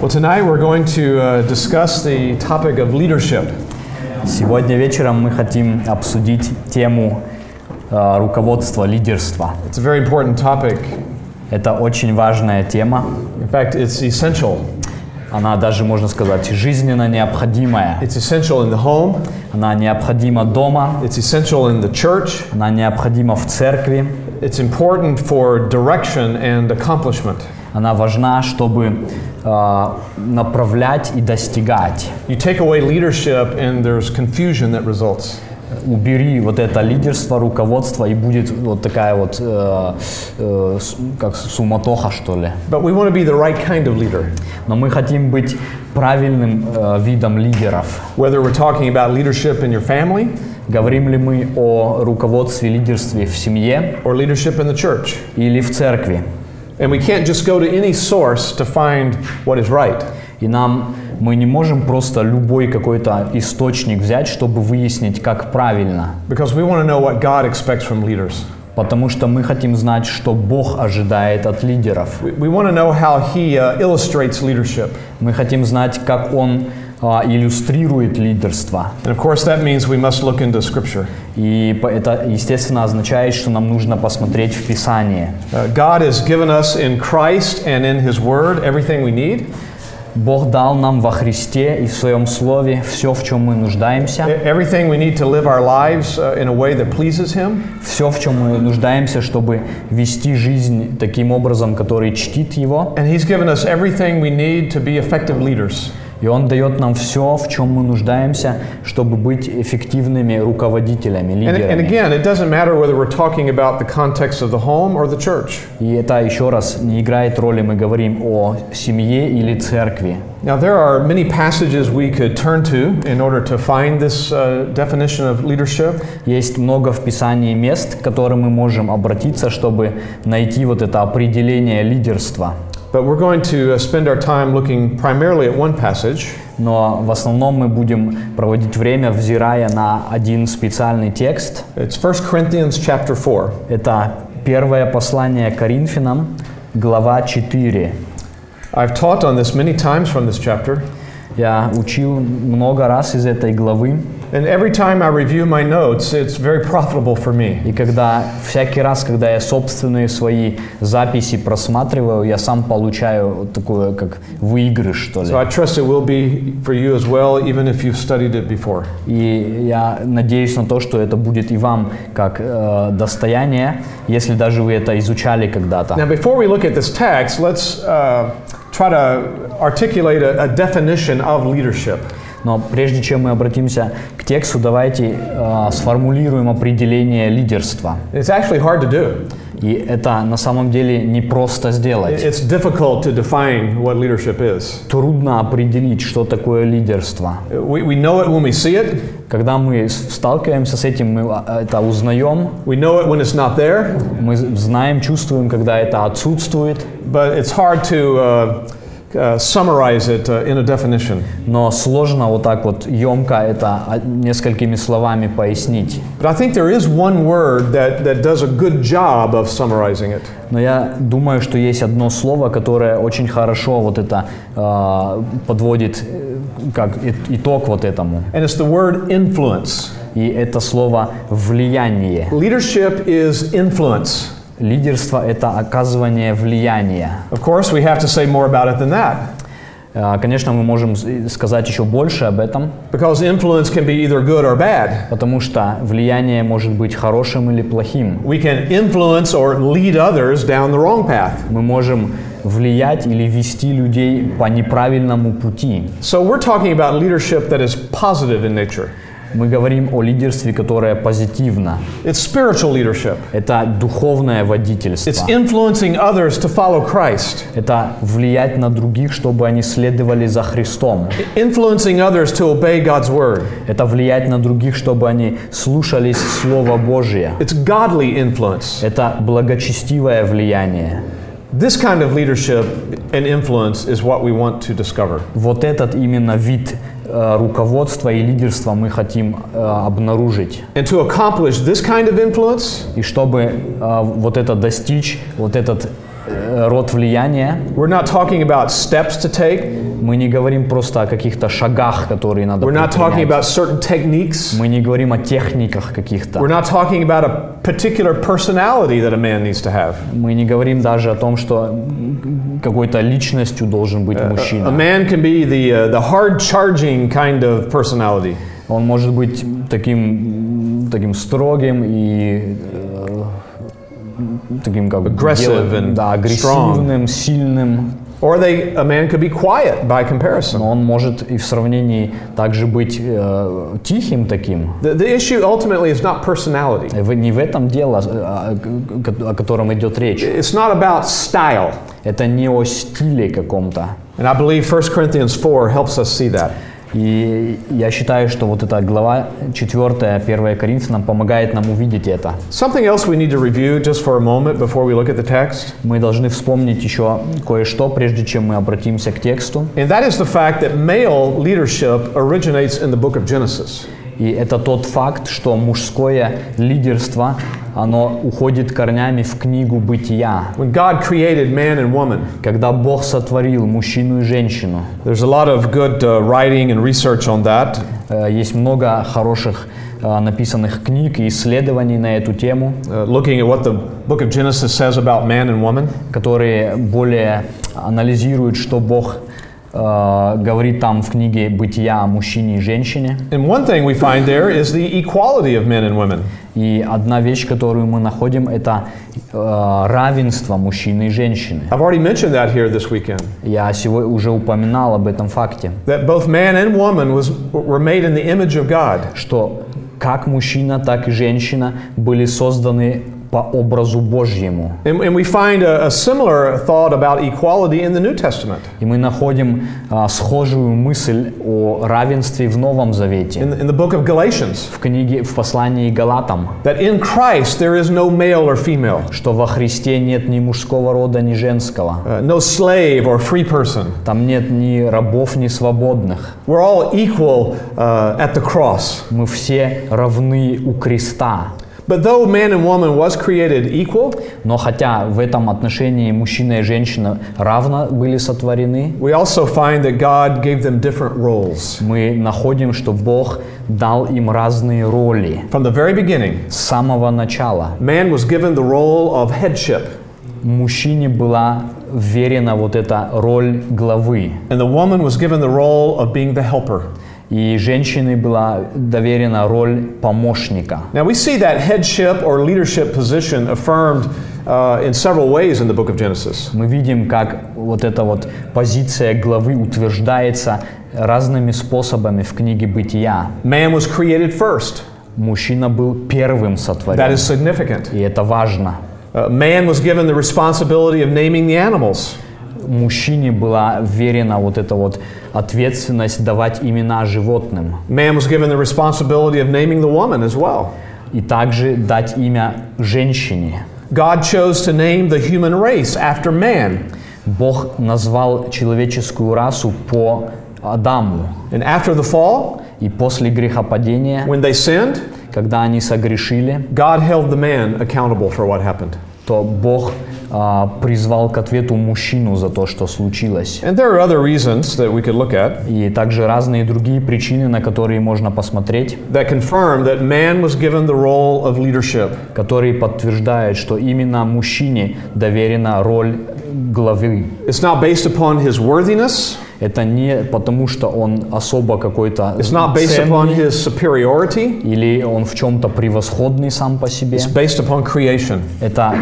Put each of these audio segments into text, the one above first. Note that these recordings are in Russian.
Well, tonight we're going to uh, discuss the topic of leadership. Сегодня вечером мы хотим обсудить тему э, руководства, лидерства. It's a very important topic. Это очень важная тема. In fact, it's essential. Она даже, можно сказать, жизненно необходимая. It's essential in the home, Она необходима дома, it's essential in the church, она необходима в церкви. it's important for direction and accomplishment. Она важна, чтобы э, направлять и достигать. You take away leadership, and there's confusion that results. Убери вот это лидерство, руководство, и будет вот такая вот, э, э, с- как суматоха, что ли. But we want to be the right kind of leader, Но мы хотим быть правильным э, видом лидеров. whether we're talking about leadership in your family Говорим ли мы о руководстве, лидерстве в семье or leadership in the church. или в церкви? And we can't just go to any source to find what is right. И нам мы не можем просто любой какой-то источник взять, чтобы выяснить, как правильно. Because we want to know what God expects from leaders. Потому что мы хотим знать, что Бог ожидает от лидеров. We, we want to know how He uh, illustrates leadership. Мы хотим знать, как Он а, иллюстрирует лидерство. And of course, that means we must look into Scripture. И по- это, естественно, означает, что нам нужно посмотреть в Писание. Uh, God has given us in Christ and in His Word everything we need. Бог дал нам во Христе и в Своем Слове все, в чем мы нуждаемся. E- Everything we need to live our lives uh, in a way that pleases Him. Все, в чем мы нуждаемся, чтобы вести жизнь таким образом, который чтит Его. And He's given us everything we need to be effective leaders. И Он дает нам все, в чем мы нуждаемся, чтобы быть эффективными руководителями, And, and лидерами. again, it doesn't matter whether we're talking about the context of the home or the church. И это еще раз не играет роли, мы говорим о семье или церкви. Now, there are many passages we could turn to in order to find this uh, definition of leadership. Есть много в Писании мест, к которым мы можем обратиться, чтобы найти вот это определение лидерства. But we're going to uh, spend our time looking primarily at one passage, Но в основном мы будем проводить время, взирая на один специальный текст – It's 1 Corinthians chapter 4. Это первое послание Коринфянам, глава 4. I've taught on this many times from this chapter, Я учил много раз из этой главы, and every time I review my notes, it's very profitable for me. и когда всякий раз, когда я собственные свои записи просматриваю, я сам получаю вот такое, как выигрыш, что ли. So I trust it will be for you as well, even if you've studied it before. И я надеюсь на то, что это будет и вам как э, достояние, если даже вы это изучали когда-то. Now, before we look at this text, let's uh, try to articulate a, a definition of leadership. Но прежде чем мы обратимся к тексту, давайте э, сформулируем определение лидерства. It's actually hard to do. И это на самом деле не просто сделать. It's difficult to define what leadership is. Трудно определить, что такое лидерство. We, we know it when we see it, Когда мы с- сталкиваемся с этим, мы а, это узнаем, we know it when it's not there, мы з- знаем, чувствуем, когда это отсутствует, But it's hard to uh, uh, summarize it uh, in a definition. но сложно вот так вот емко это а, несколькими словами пояснить. But I think there is one word that, that does a good job of summarizing it. Но я думаю, что есть одно слово, которое очень хорошо вот это а, подводит э, как и- итог вот этому. And it's the word influence. И это слово влияние. Leadership is influence. Лидерство – это оказывание влияния. Of course, we have to say more about it than that. Э, Конечно, мы можем с- и сказать еще больше об этом, Because influence can be either good or bad. потому что влияние может быть хорошим или плохим. We can influence or lead others down the wrong path. Мы можем влиять или вести людей по неправильному пути. So we're talking about leadership that is positive in nature. Мы говорим о лидерстве, которое позитивно. It's spiritual leadership. Это духовное It's водительство. influencing others to follow Christ. Это влиять на других, чтобы они следовали за Христом. influencing others to obey God's word. Это влиять на других, чтобы они слушались Слова Божия. It's godly influence. Это благочестивое влияние. This kind of leadership and influence is what we want to discover. Вот этот именно вид э, руководства и лидерства мы хотим э, обнаружить. And to accomplish this kind of influence, И чтобы э, вот это достичь, вот этот э, род влияния. We're not talking about steps to take. Мы не говорим просто о каких-то шагах, которые надо We're not talking предпринять. about certain techniques. Мы не говорим о техниках каких-то. We're not talking about a particular personality that a man needs to have. Мы не говорим даже о том, что м, какой-то личностью должен Э, быть A мужчина. man can be the, uh, the hard charging kind of personality. Он может быть таким, м, таким строгим и э, таким как бы Aggressive and да, агрессивным, сильным. Or they, a man could be quiet by comparison. Но он может и в сравнении также быть э, тихим таким. Э, The, the issue ultimately is not personality, В- Не в этом дело, э, о ко- о котором идет речь. it's not about style. Это не о стиле каком-то. And I believe 1 Corinthians 4 helps us see that. И я считаю, что вот эта глава 4, 1 Коринфянам помогает нам увидеть это. Something else we need to review just for a moment before we look at the text, Мы должны вспомнить еще кое-что, прежде чем мы обратимся к тексту. and that is the fact that male leadership originates in the book of Genesis. И это тот факт, что мужское лидерство, оно уходит корнями в книгу бытия. When God created man and woman, Когда Бог сотворил мужчину и женщину, there's a lot of good uh, writing and research on that. э, есть много хороших э, написанных книг и исследований на эту тему, uh, looking at what the book of Genesis says about man and woman. которые более анализируют, что Бог э, говорит там в книге «Бытия» о мужчине и женщине. And one thing we find there is the equality of men and women. И одна вещь, которую мы находим, это э, равенство мужчины и женщины. I've already mentioned that here this weekend. Я сегодня уже упоминал об этом факте, That both man and woman was, were made in the image of God. что как мужчина, так и женщина были созданы по образу Божьему. And, and we find a, a similar thought about equality in the New Testament. И мы находим а, схожую мысль о равенстве в Новом In Завете, the, in the book of Galatians, в книге, в послании к Галатам, that in Christ there is no male or female, что во Христе нет ни мужского рода, ни женского. uh, no slave or free person. Там нет ни рабов, ни свободных. We're all equal uh, at the cross. Мы все равны у креста. But though man and woman was created equal, Но хотя в этом отношении мужчина и женщина равно были сотворены, We also find that God gave them different roles. мы находим, что Бог дал им разные роли. From the very beginning, С самого начала man was given the role of headship, мужчине была верена вот эта роль главы, and the woman was given the role of being the helper. и женщине была доверена роль помощника. Now, we see that headship or leadership position affirmed uh, in several ways in the book of Genesis. Мы видим, как вот эта вот позиция главы утверждается разными способами в книге «Бытия». Man was created first, Мужчина был первым that сотворен, is significant. и это важно. Uh, man was given the responsibility of naming the animals. мужчине была верена вот эта вот ответственность давать имена животным Man was given the responsibility of naming the woman as well. и также дать имя женщине. God chose to name the human race after man. Бог назвал человеческую расу по Адаму. And after the fall, И после грехопадения, When they sinned, когда они согрешили, God held the man accountable for what happened. то Бог а, призвал к ответу мужчину за то, что случилось. And there are other reasons that we could look at И также разные другие причины, на которые можно посмотреть, that confirm that man was given the role of leadership. которые подтверждают, что именно мужчине доверена роль главы. It's not based upon his worthiness, Это не потому, что он особо какой-то it's not based ценный, upon his superiority, или он в чем-то превосходный сам по себе. it's based upon creation. Это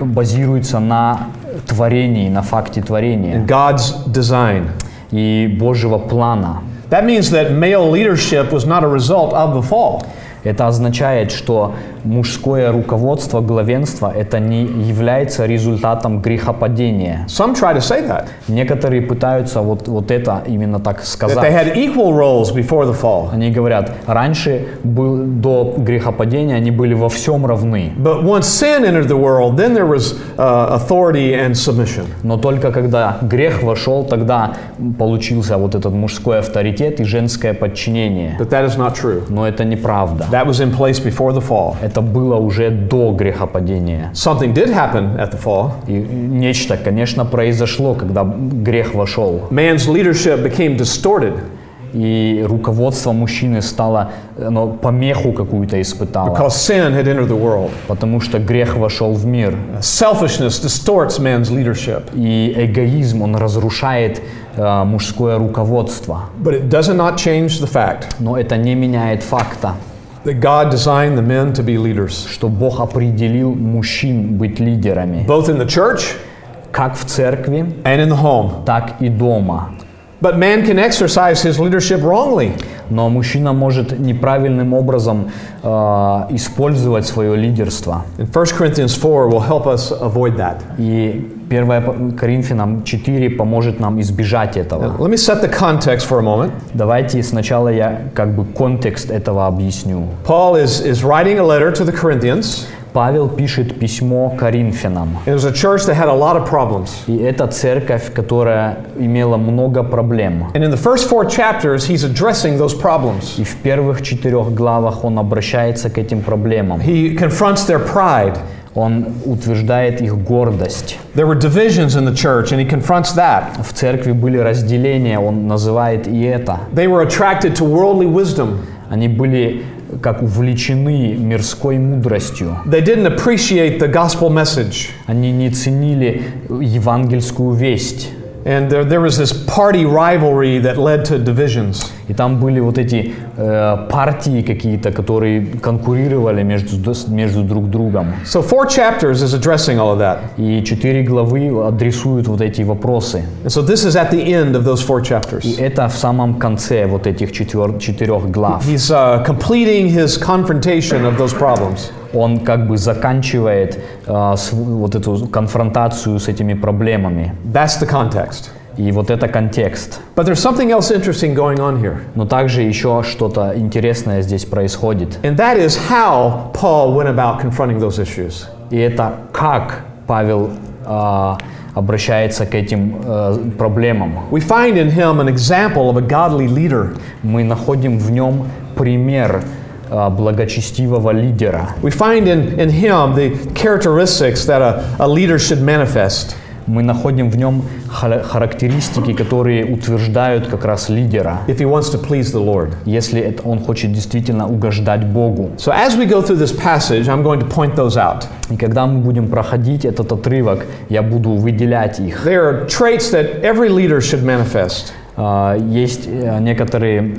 э, базируется на творении, на факте творения God's design. и Божьего плана. That means that male leadership was not a result of the fall. Это означает, что мужское руководство, главенство, это не является результатом грехопадения. Some try to say that, Некоторые пытаются вот, вот это именно так that they сказать. had equal roles before the fall. Они говорят, раньше был, до грехопадения они были во всем равны. But once sin entered the world, then there was uh, authority and submission. Но только когда грех вошел, тогда получился вот этот мужской авторитет и женское подчинение. But that is not true. Но это неправда. That was in place before the fall. Это это было уже до грехопадения. Something did happen at the fall. И нечто, конечно, произошло, когда грех вошел. Man's leadership became distorted И руководство мужчины стало, оно помеху какую-то испытало, because sin had entered the world. потому что грех вошел в мир. Selfishness distorts man's leadership, И эгоизм, он разрушает э, мужское руководство. but it does not change the fact Но это не меняет факта, that God designed the men to be leaders, что Бог определил мужчин быть лидерами. both in the church Как в церкви, and in the home. так и дома. But man can exercise his leadership wrongly. Но мужчина может неправильным образом э, использовать свое лидерство. And 1 Corinthians 4 will help us avoid that. И 1 Коринфянам 4 поможет нам избежать этого. Let me set the context for a moment. Давайте сначала я как бы контекст этого объясню. Paul is, is writing a letter to the Corinthians. Павел пишет письмо Коринфянам. It was a church that had a lot of problems. И это церковь, которая имела много проблем. And in the first four chapters, he's addressing those problems. И в первых четырех главах он обращается к этим проблемам. He confronts their pride. Он утверждает их гордость. There were divisions in the church, and he confronts that. В церкви были разделения, он называет и это. They were attracted to worldly wisdom. Они были как увлечены мирской мудростью. They didn't appreciate the gospel message. Они не ценили евангельскую весть. And there, there was this party rivalry that led to divisions. И там были вот эти э, партии какие-то, которые конкурировали между, между друг другом. So, four chapters is addressing all of that. И четыре главы адресуют вот эти вопросы. And so, this is at the end of those four И chapters. это в самом конце вот этих четвер- четырех глав. He's uh, completing his confrontation of those problems. Он как бы заканчивает э, св- вот эту конфронтацию с этими проблемами. That's the context. И вот это контекст. But there's something else interesting going on here, Но также еще что-то интересное здесь происходит. and that is how Paul went about confronting those issues. И это как Павел э, обращается к этим э, проблемам. We find in him an example of a godly leader. Мы находим в нем пример э, благочестивого лидера. We find in, in him the characteristics that a, a leader should manifest. Мы находим в нем хара- характеристики, которые утверждают как раз лидера, if he wants to please the Lord. если это он хочет действительно угождать Богу. So, as we go through this passage, I'm going to point those out. И когда мы будем проходить этот отрывок, я буду выделять их. There are traits that every leader should manifest. А, Есть э, некоторые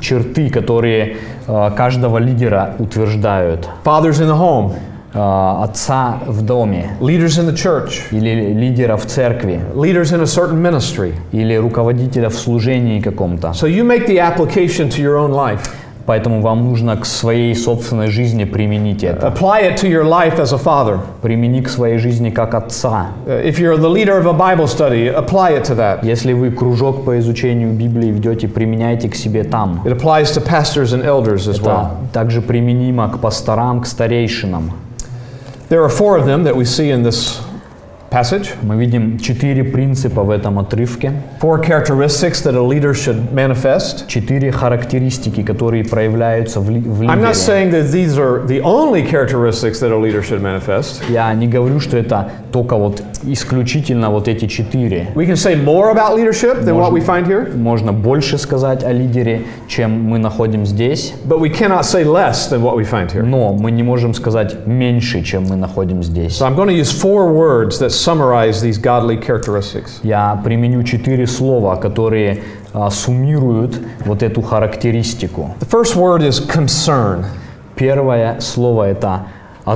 черты, которые э, каждого лидера утверждают. Fathers in the home, А, Отца в доме, leaders in the church, или лидера в церкви, leaders in a certain ministry. или руководителя в служении каком-то. So, you make the application to your own life. Поэтому вам нужно к своей собственной жизни применить это. Apply it to your life as a father. Примени к своей жизни как отца. Uh, If you're the leader of a Bible study, apply it to that. Если вы кружок по изучению Библии ведете, применяйте к себе там. It applies to pastors and elders as Это well. также применимо к пасторам, к старейшинам. There are four of them that we see in this passage, Мы видим четыре принципа в этом отрывке, four characteristics that a leader should manifest. четыре характеристики, которые проявляются в, ли- в I'm not лидере. saying that these are the only characteristics that a leader should manifest. Я не говорю, что это только вот исключительно вот эти четыре. We can say more about leadership than what we find here, Можно больше сказать о лидере, чем мы находим здесь, but we cannot say less than what we find here. но мы не можем сказать меньше, чем мы находим здесь. So I'm going to use four words that summarize these godly characteristics. Я применю четыре слова, которые а, суммируют вот эту характеристику. The first word is concern, Первое слово это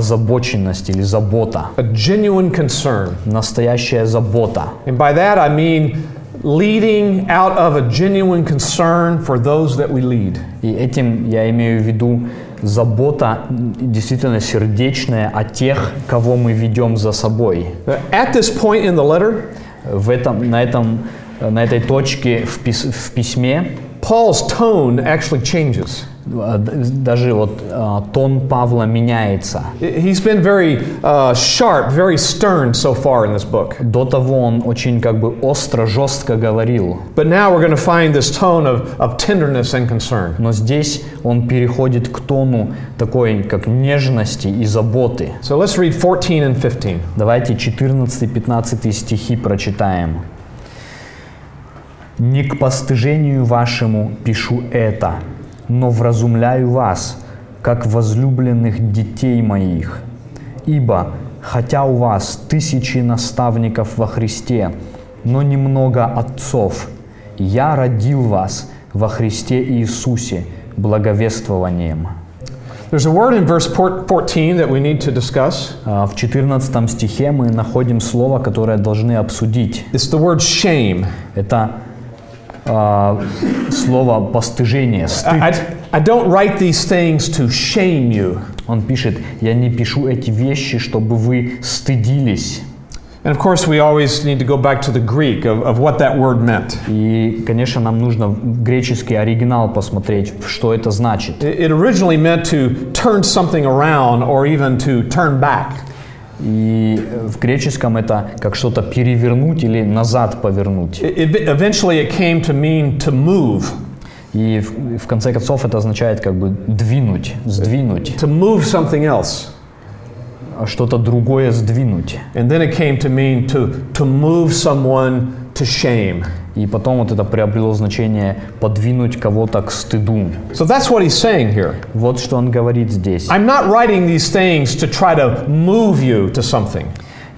озабоченность или забота. a genuine concern. Настоящая забота. And by that I mean leading out of a genuine concern for those that we lead. И этим я имею в виду забота м, действительно сердечная о тех, кого мы ведем за собой. At this point in the letter, В этом, на, этом, на этой точке в, пис- в письме Paul's tone actually changes. э, д- даже вот э, тон Павла меняется. He's been very uh, sharp, very stern so far in this book. До того он очень как бы остро, жестко говорил, But now we're going to find this tone of, of tenderness and concern. но здесь он переходит к тону такой, как нежности и заботы. So let's read 14 and 15. Давайте 14-15 стихи прочитаем. «Не к постыжению вашему пишу это, но вразумляю вас, как возлюбленных детей моих. Ибо, хотя у вас тысячи наставников во Христе, но немного отцов, я родил вас во Христе Иисусе благовествованием». There's a word in verse por- 14 that we need to discuss. А, В 14 стихе мы находим слово, которое должны обсудить. It's the word shame. Это а, слово постыжение, стыд. I, I- I don't write these things to shame you. Он пишет, я не пишу эти вещи, чтобы вы стыдились. And of course, we always need to go back to the Greek of, of what that word meant. И, конечно, нам нужно в греческий оригинал посмотреть, что это значит. It it originally meant to turn something around or even to turn back. И э, в греческом это как что-то перевернуть или назад повернуть. It, it- eventually, it came to mean to move, И в, в конце концов это означает как бы двинуть, сдвинуть, to move something else. а что-то другое сдвинуть. And then it came to mean to, to move someone to shame. И потом вот это приобрело значение подвинуть кого-то к стыду. So that's what he's saying here. Вот что он говорит здесь. I'm not writing these things to try to move you to something.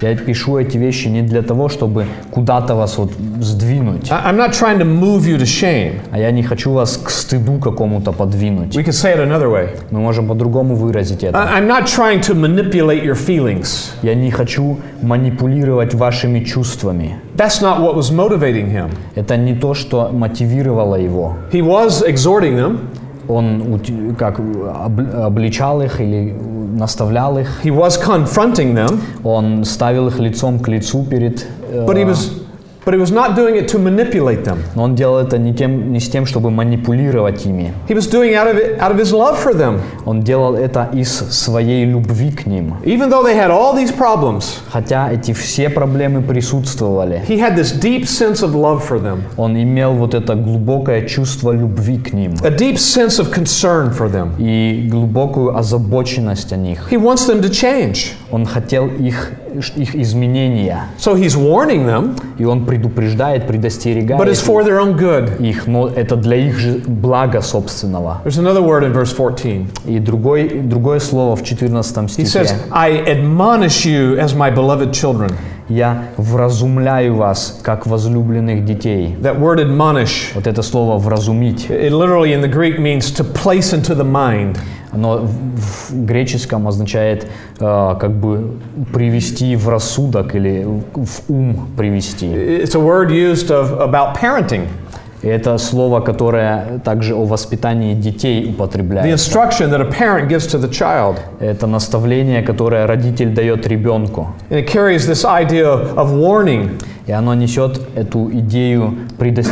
Я пишу эти вещи не для того, чтобы куда-то вас вот сдвинуть, I- I'm not trying to move you to shame. а я не хочу вас к стыду какому-то подвинуть. We could say it another way. Мы можем по-другому выразить это. I- I'm not trying to manipulate your feelings. Я не хочу манипулировать вашими чувствами. That's not what was motivating him. Это не то, что мотивировало его. He was exhorting them, Он ути- как об- обличал их или наставлял их. he was confronting them, Он ставил их лицом к лицу перед. э, but he was but he was not doing it to manipulate them. Но он делал это не, тем, не с тем, чтобы манипулировать ими. He was doing out of it, out of his love for them. Он делал это из своей любви к ним. Even though they had all these problems, Хотя эти все проблемы присутствовали, he had this deep sense of love for them, он имел вот это глубокое чувство любви к ним a deep sense of concern for them. и глубокую озабоченность о них. He wants them to change. Он хотел их, их изменения, So he's warning them, и он предупреждает, but it's предостерегает for their own good. их, но это для их же блага собственного. There's another word in verse 14. И другой, другое слово в 14 He says, стихе. I admonish you as my beloved children. «Я вразумляю вас, как возлюбленных детей». That word admonish Вот это слово «вразумить». It literally in the Greek means to place into the mind. Оно в в греческом означает э, как бы привести в рассудок или в ум привести. It's a word used of about parenting. И это слово, которое также о воспитании детей The употребляет. instruction that a parent gives to the child. Это наставление, которое родитель дает ребенку. And it carries this idea of warning И оно несет эту идею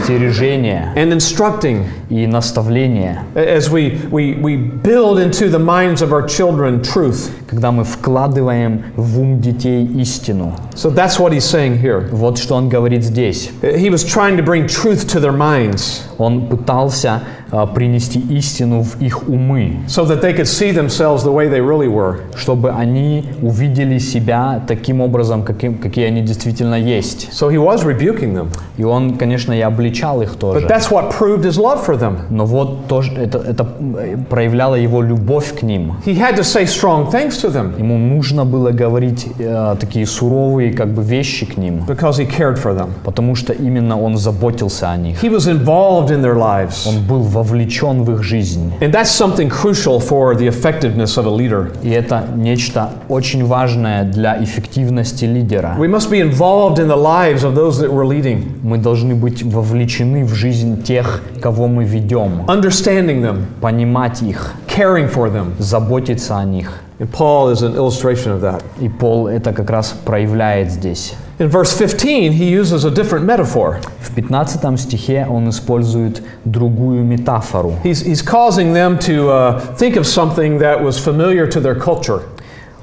предостережения and instructing и наставления. as we, we, we build into the minds of our children truth. Когда мы вкладываем в ум детей истину. So that's what he's saying here. Вот что он говорит здесь. He was trying to bring truth to their minds Он пытался э, принести истину в их умы. so that they could see themselves the way they really were. чтобы они увидели себя таким образом, каким, какие они действительно есть. So he was rebuking them. И он, конечно, и обличал их But тоже. that's what proved his love for them. Но вот тоже это, это э, проявляло его любовь к ним. He had to say strong things to them. Ему нужно было говорить э, такие суровые как бы вещи к ним, because he cared for them. потому что именно он заботился о них. He was involved in their lives. Он был вовлечен в их жизнь. And that's something crucial for the effectiveness of a leader. И это нечто очень важное для эффективности лидера. We must be involved in the lives of those that we're leading, Мы должны быть вовлечены в жизнь тех, кого мы ведем, understanding them, понимать их, caring for them, заботиться о них And Paul is an illustration of that. И Пол это как раз проявляет здесь. In verse 15, he uses a different metaphor. В 15 стихе он использует другую метафору. He's, he's causing them to uh, think of something that was familiar to their culture.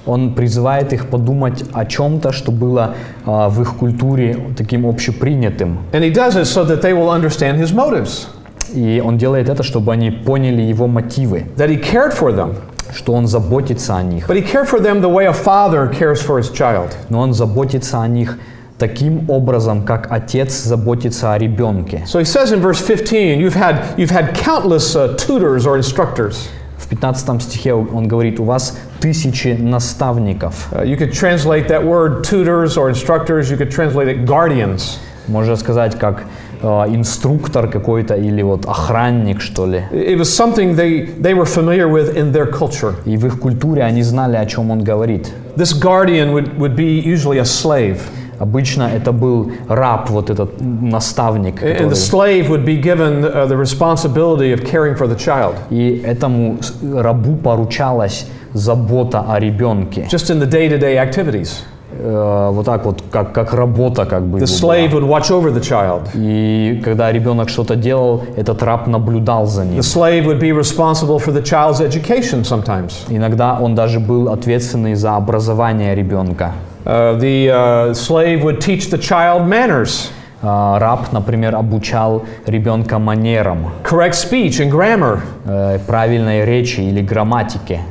Он призывает их подумать о чем-то, что было а, в их культуре таким общепринятым. And he does it so that they will understand his motives, И он делает это, чтобы они поняли его мотивы, that he cared for them. что он заботится о них. But he cared for them the way a father cares for his child. Но он заботится о них таким образом, как отец заботится о ребенке. So he says in verse 15, you've had, you've had countless uh, tutors or instructors. В 15 стихе он говорит, у вас тысячи наставников. Uh, you could translate that word tutors or instructors, you could translate it guardians. Можно сказать, как э, инструктор какой-то или вот охранник, что ли. It was something they, they were familiar with in their culture. И в их культуре они знали, о чем он говорит. This guardian would, would be usually a slave, Обычно это был раб, вот этот наставник. and the который- slave would be given uh, the responsibility of caring for the child, И этому с- рабу поручалась забота о ребенке. just in the day to day activities. Э, вот так вот, как, как работа как бы. The его slave была. would watch over the child, И когда ребенок что-то делал, этот раб наблюдал за ним. the slave would be responsible for the child's education sometimes. Иногда он даже был ответственный за образование ребенка. Uh, the uh, slave would teach the child manners, А, Раб, например, обучал ребенка манерам, correct speech, and grammar. э, правильной речи или грамматике.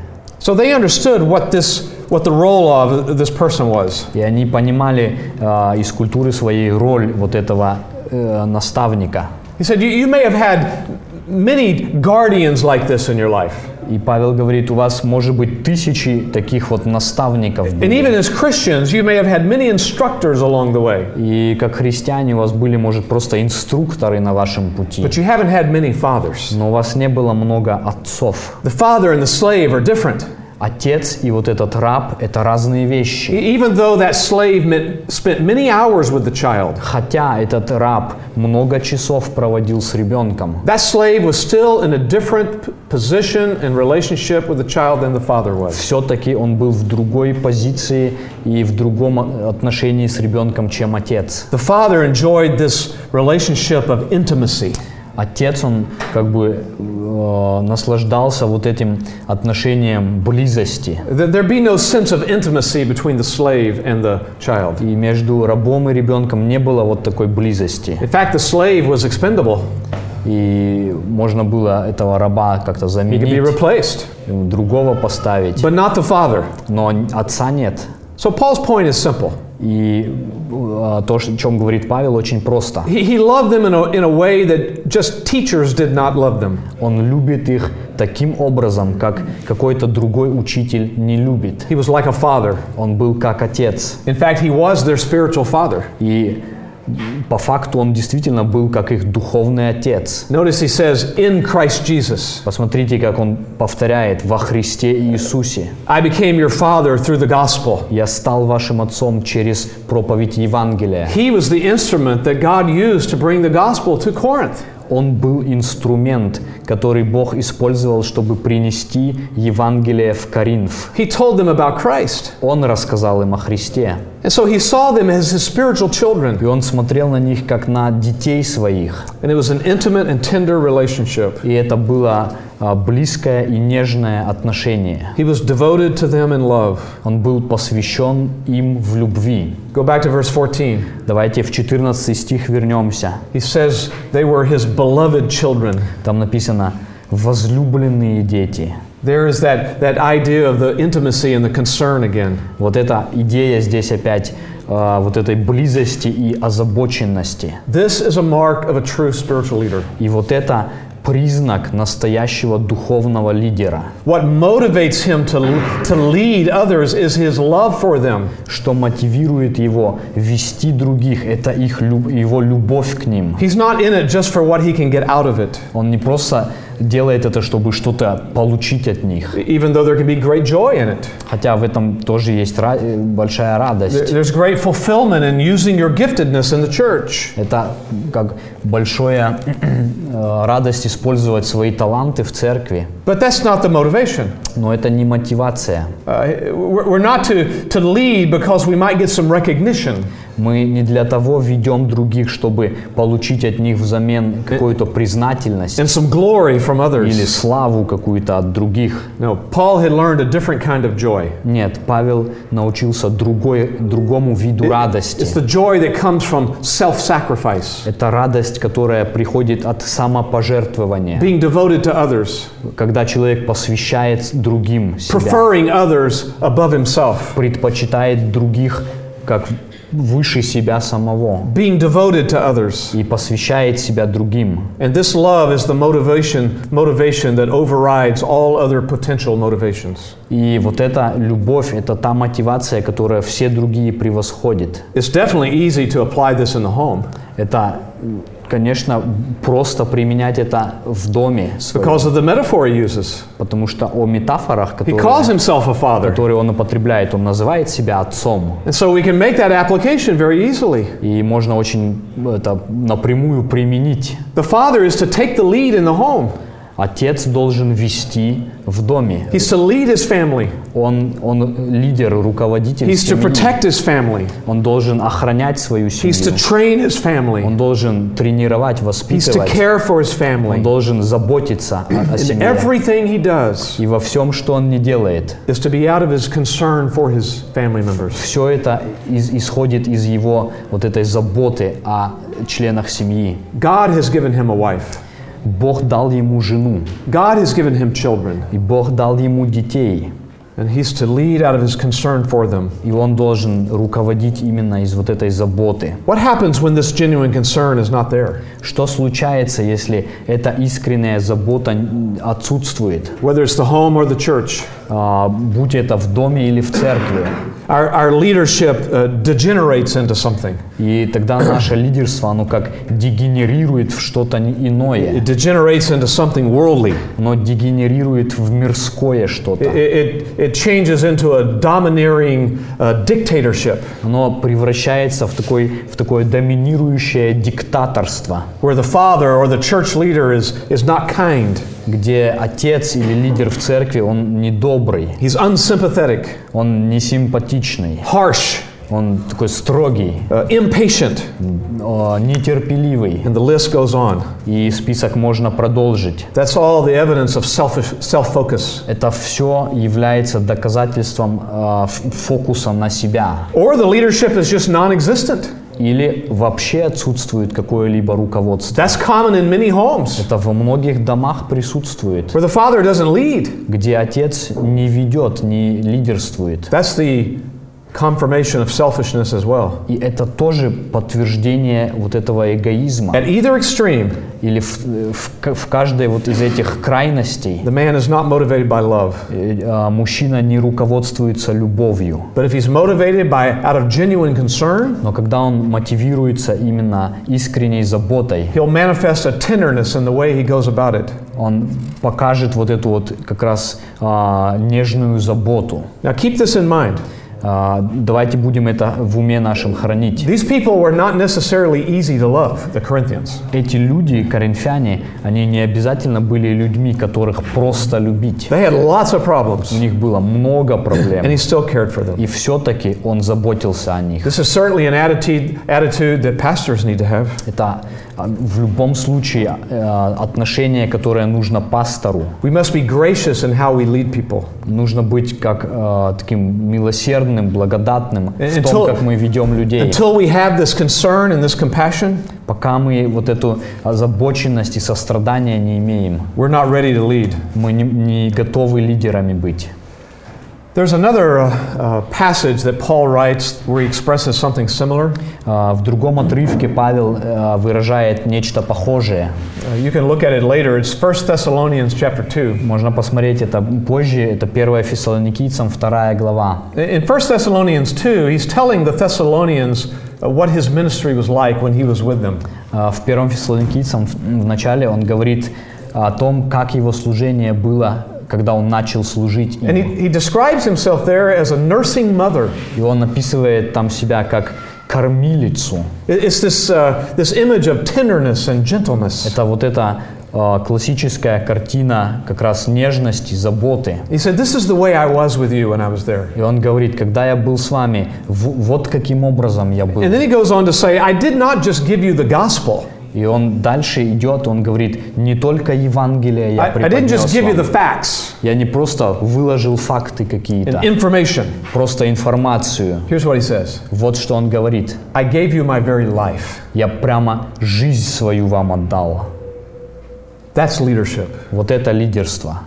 So they understood what this what the role of this person was. И они понимали э, из культуры своей роль вот этого э, наставника. He said, you, you may have had many guardians like this in your life. И Павел говорит, у вас может быть тысячи таких вот наставников. было. And even as Christians, you may have had many instructors along the way, И как христиане у вас были, может, просто инструкторы на вашем пути. but you haven't had many fathers. Но у вас не было много отцов. The father and the slave are different. Отец и вот этот раб – это разные вещи. E- Even though that slave meant, spent many hours with the child, Хотя этот раб много часов проводил с ребенком, that slave was still in a different p- position and relationship with the child than the father was. все-таки он был в другой позиции и в другом отношении с ребенком, чем отец. The father enjoyed this relationship of intimacy. Отец, он как бы э, наслаждался вот этим отношением близости. Th- There be no sense of intimacy between the slave and the child. И между рабом и ребенком не было вот такой близости. In fact, the slave was expendable. И можно было этого раба как-то He could be заменить, replaced, другого поставить, but not the father. но отца нет. So Paul's point is simple. И э, то, о чем говорит Павел, очень просто. He, he loved them in a, in a way that just teachers did not love them. Он любит их таким образом, как какой-то другой учитель не любит. He was like a father. Он был как отец. In fact, he was their spiritual father. И по факту он действительно был как их духовный отец. Notice he says, In Christ Jesus, Посмотрите, как он повторяет во Христе Иисусе. I became your father through the gospel. Я стал вашим отцом через проповедь Евангелия. He was the instrument that God used to bring the gospel to Corinth. Он был инструмент, который Бог использовал, чтобы принести Евангелие в Коринф. He told them about Christ. Он рассказал им о Христе. And so he saw them as his spiritual children. И он смотрел на них, как на детей своих. And it was an intimate and tender relationship. И это было а, близкое и нежное отношение. He was devoted to them in love. Он был посвящен им в любви. Go back to verse 14. Давайте в 14 стих вернемся. He says they were his beloved children. Там написано «возлюбленные дети». There is that, that idea of the intimacy and the concern again. Вот эта идея здесь опять а, вот этой близости и озабоченности. This is a mark of a true spiritual leader. И вот это признак настоящего духовного лидера. What motivates him to, to lead others is his love for them. Что мотивирует его вести других, это их, люб- его любовь к ним. He's not in it just for what he can get out of it. Он не просто делает это, чтобы что-то получить от них. even though there can be great joy in it. Хотя в этом тоже есть ра- э, большая There- радость. There's great fulfillment in using your giftedness in the church. Это как большая э, радость использовать свои таланты в церкви. But that's not the motivation. Но это не мотивация. Uh, we're we're not to, to lead because we might get some recognition. Мы не для того ведем других, чтобы получить от них взамен какую-то признательность and some glory from или others. славу какую-то от других. No, Paul had learned a different kind of joy. Нет, Павел научился другой, другому виду радости. It's the joy that comes from self sacrifice, Это радость, которая приходит от самопожертвования, being devoted to others, когда человек посвящает другим себя, preferring others above himself, предпочитает других как выше себя самого being devoted to others. и посвящает себя другим. And this love is the motivation, motivation that overrides all other potential motivations. И вот эта любовь, это та мотивация, которая все другие превосходит. It's definitely easy to apply this in the home Это, м, конечно, просто применять это в доме, своём, because of the metaphor he uses. потому что о метафорах, He которые, calls himself a father. которые он употребляет, он называет себя отцом. And so we can make that application very easily. И можно очень ну, это напрямую применить. The father is to take the lead in the home. Отец должен вести в доме. He's to lead his family. Он, он лидер, руководитель He's to семьи. protect his family. Он должен охранять свою семью. He's to train his family. Он должен тренировать, He's to воспитывать. care for his Он family. должен заботиться о, о And семье. everything he does И во всем, что он не делает, is to be out of his concern for his family members. все это из- исходит из его вот этой заботы о членах семьи. God has given him a wife. Бог дал ему жену, God has given him children. и Бог дал ему детей. And he's to lead out of his concern for them. И он должен руководить именно из вот этой заботы. What happens when this genuine concern is not there? Что случается, если эта искренняя забота н- отсутствует, Whether it's the home or the church, А, будь это в доме или в церкви? our, our leadership uh, degenerates into something. И тогда наше лидерство, оно как дегенерирует в что-то н- иное. It degenerates into something worldly. Оно дегенерирует в мирское It, что-то. it, it changes into a domineering uh, dictatorship Оно превращается в, такой, в такое доминирующее диктаторство, where the father or the church leader is, is not kind. где отец или лидер в церкви, он недобрый, He's unsympathetic, он несимпатичный, harsh, он такой строгий, uh, impatient, а, нетерпеливый. and the list goes on. И список можно продолжить. That's all the evidence of selfish, self focus Это все является доказательством, э, ф- фокуса на себя. Or the leadership is just non existent. Или вообще отсутствует какое-либо руководство. That's common in many homes Это во многих домах присутствует, where the father doesn't lead. где отец не ведет, не лидерствует. That's the confirmation of selfishness as well. И это тоже подтверждение вот этого эгоизма. At either extreme, Или в, э, в к- в каждой вот из этих крайностей the man is not motivated by love. э, э, мужчина не руководствуется любовью. But if he's motivated by out of genuine concern, Но когда он мотивируется именно искренней заботой, he'll manifest a tenderness in the way he goes about it. он покажет вот эту вот как раз а, нежную заботу. Now keep this in mind. А, давайте будем это в уме нашем хранить. These people were not necessarily easy to love, the Corinthians. Эти люди, коринфяне, они не обязательно были людьми, которых просто любить. They had lots of У problems, них было много and проблем, he still cared for them. и все-таки он заботился о них. This is certainly an attitude, attitude that pastors need to have. Это а, в любом случае э, отношение, которое нужно пастору. We must be gracious in how we lead people. Нужно быть как э, таким милосердным, благодатным в том, Until- как мы ведем людей. Until we have this concern and this compassion, Пока мы вот эту озабоченность и сострадание не имеем, we're not ready to lead. мы не, не готовы лидерами быть. There's another uh, uh, passage that Paul writes where he expresses something similar. А, В другом отрывке Павел э, выражает нечто похожее. Uh, you can look at it later. It's 1 Thessalonians chapter 2. Можно посмотреть это позже. Это 1 Фессалоникийцам, 2 глава. In 1 Thessalonians 2, he's telling the Thessalonians uh, what his ministry was like when he was with them. А, В 1 Фессалоникийцам в в начале он говорит о том, как его служение было, когда он начал служить. им. And he, he describes himself there as a nursing mother. И он описывает там себя как кормилицу. It- It's this, uh, this image of tenderness and gentleness. Это вот эта э, классическая картина как раз нежности, заботы. He said, This is the way I was with you when I was there. И он говорит, когда я был с вами, в- вот каким образом я был. And then he goes on to say, I did not just give you the gospel, И он дальше идет, он говорит, не только Евангелие я I, I didn't преподнес just give you вам». the facts Я не просто выложил факты and какие-то, information. просто информацию. Here's what he says Вот что он говорит. I gave you my very life. Я прямо жизнь свою вам отдал. That's leadership. Вот это лидерство.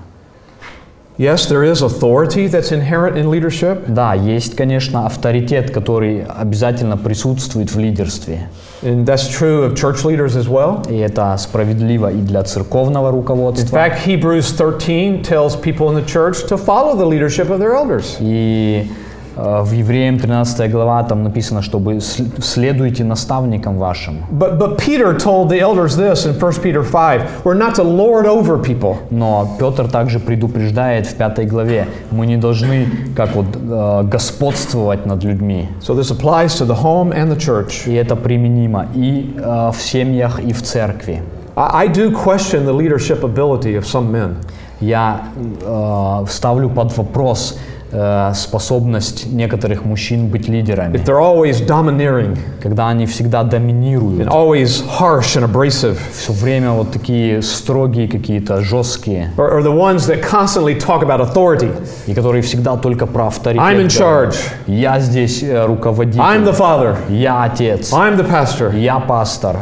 Yes, there is authority that's inherent in leadership. Да, есть, конечно, авторитет, который обязательно присутствует в лидерстве. And that's true of church leaders as well. И это справедливо и для церковного In руководства. fact, Hebrews 13 tells people in the church to follow the leadership of their elders. И э, в Евреям 13 глава там написано, чтобы сл- следуйте наставникам вашим. But, but Peter told the elders this in 1 Peter 5 we're not to lord over people. Но Петр также предупреждает в пятой главе, мы не должны как вот э, господствовать над людьми. So this applies to the home and the church. И это применимо и э, в семьях, и в церкви. I, I do question the leadership ability of some men. Я э, ставлю под вопрос э, способность некоторых мужчин быть лидерами, If they're always domineering когда они всегда and доминируют, always harsh and abrasive, все время вот такие строгие какие-то, жесткие, or, or the ones that constantly talk about authority и которые всегда только про авторитет. I'm in говорят. charge. Я здесь э, I'm руководитель. the father, Я отец. I'm the pastor. Я пастор.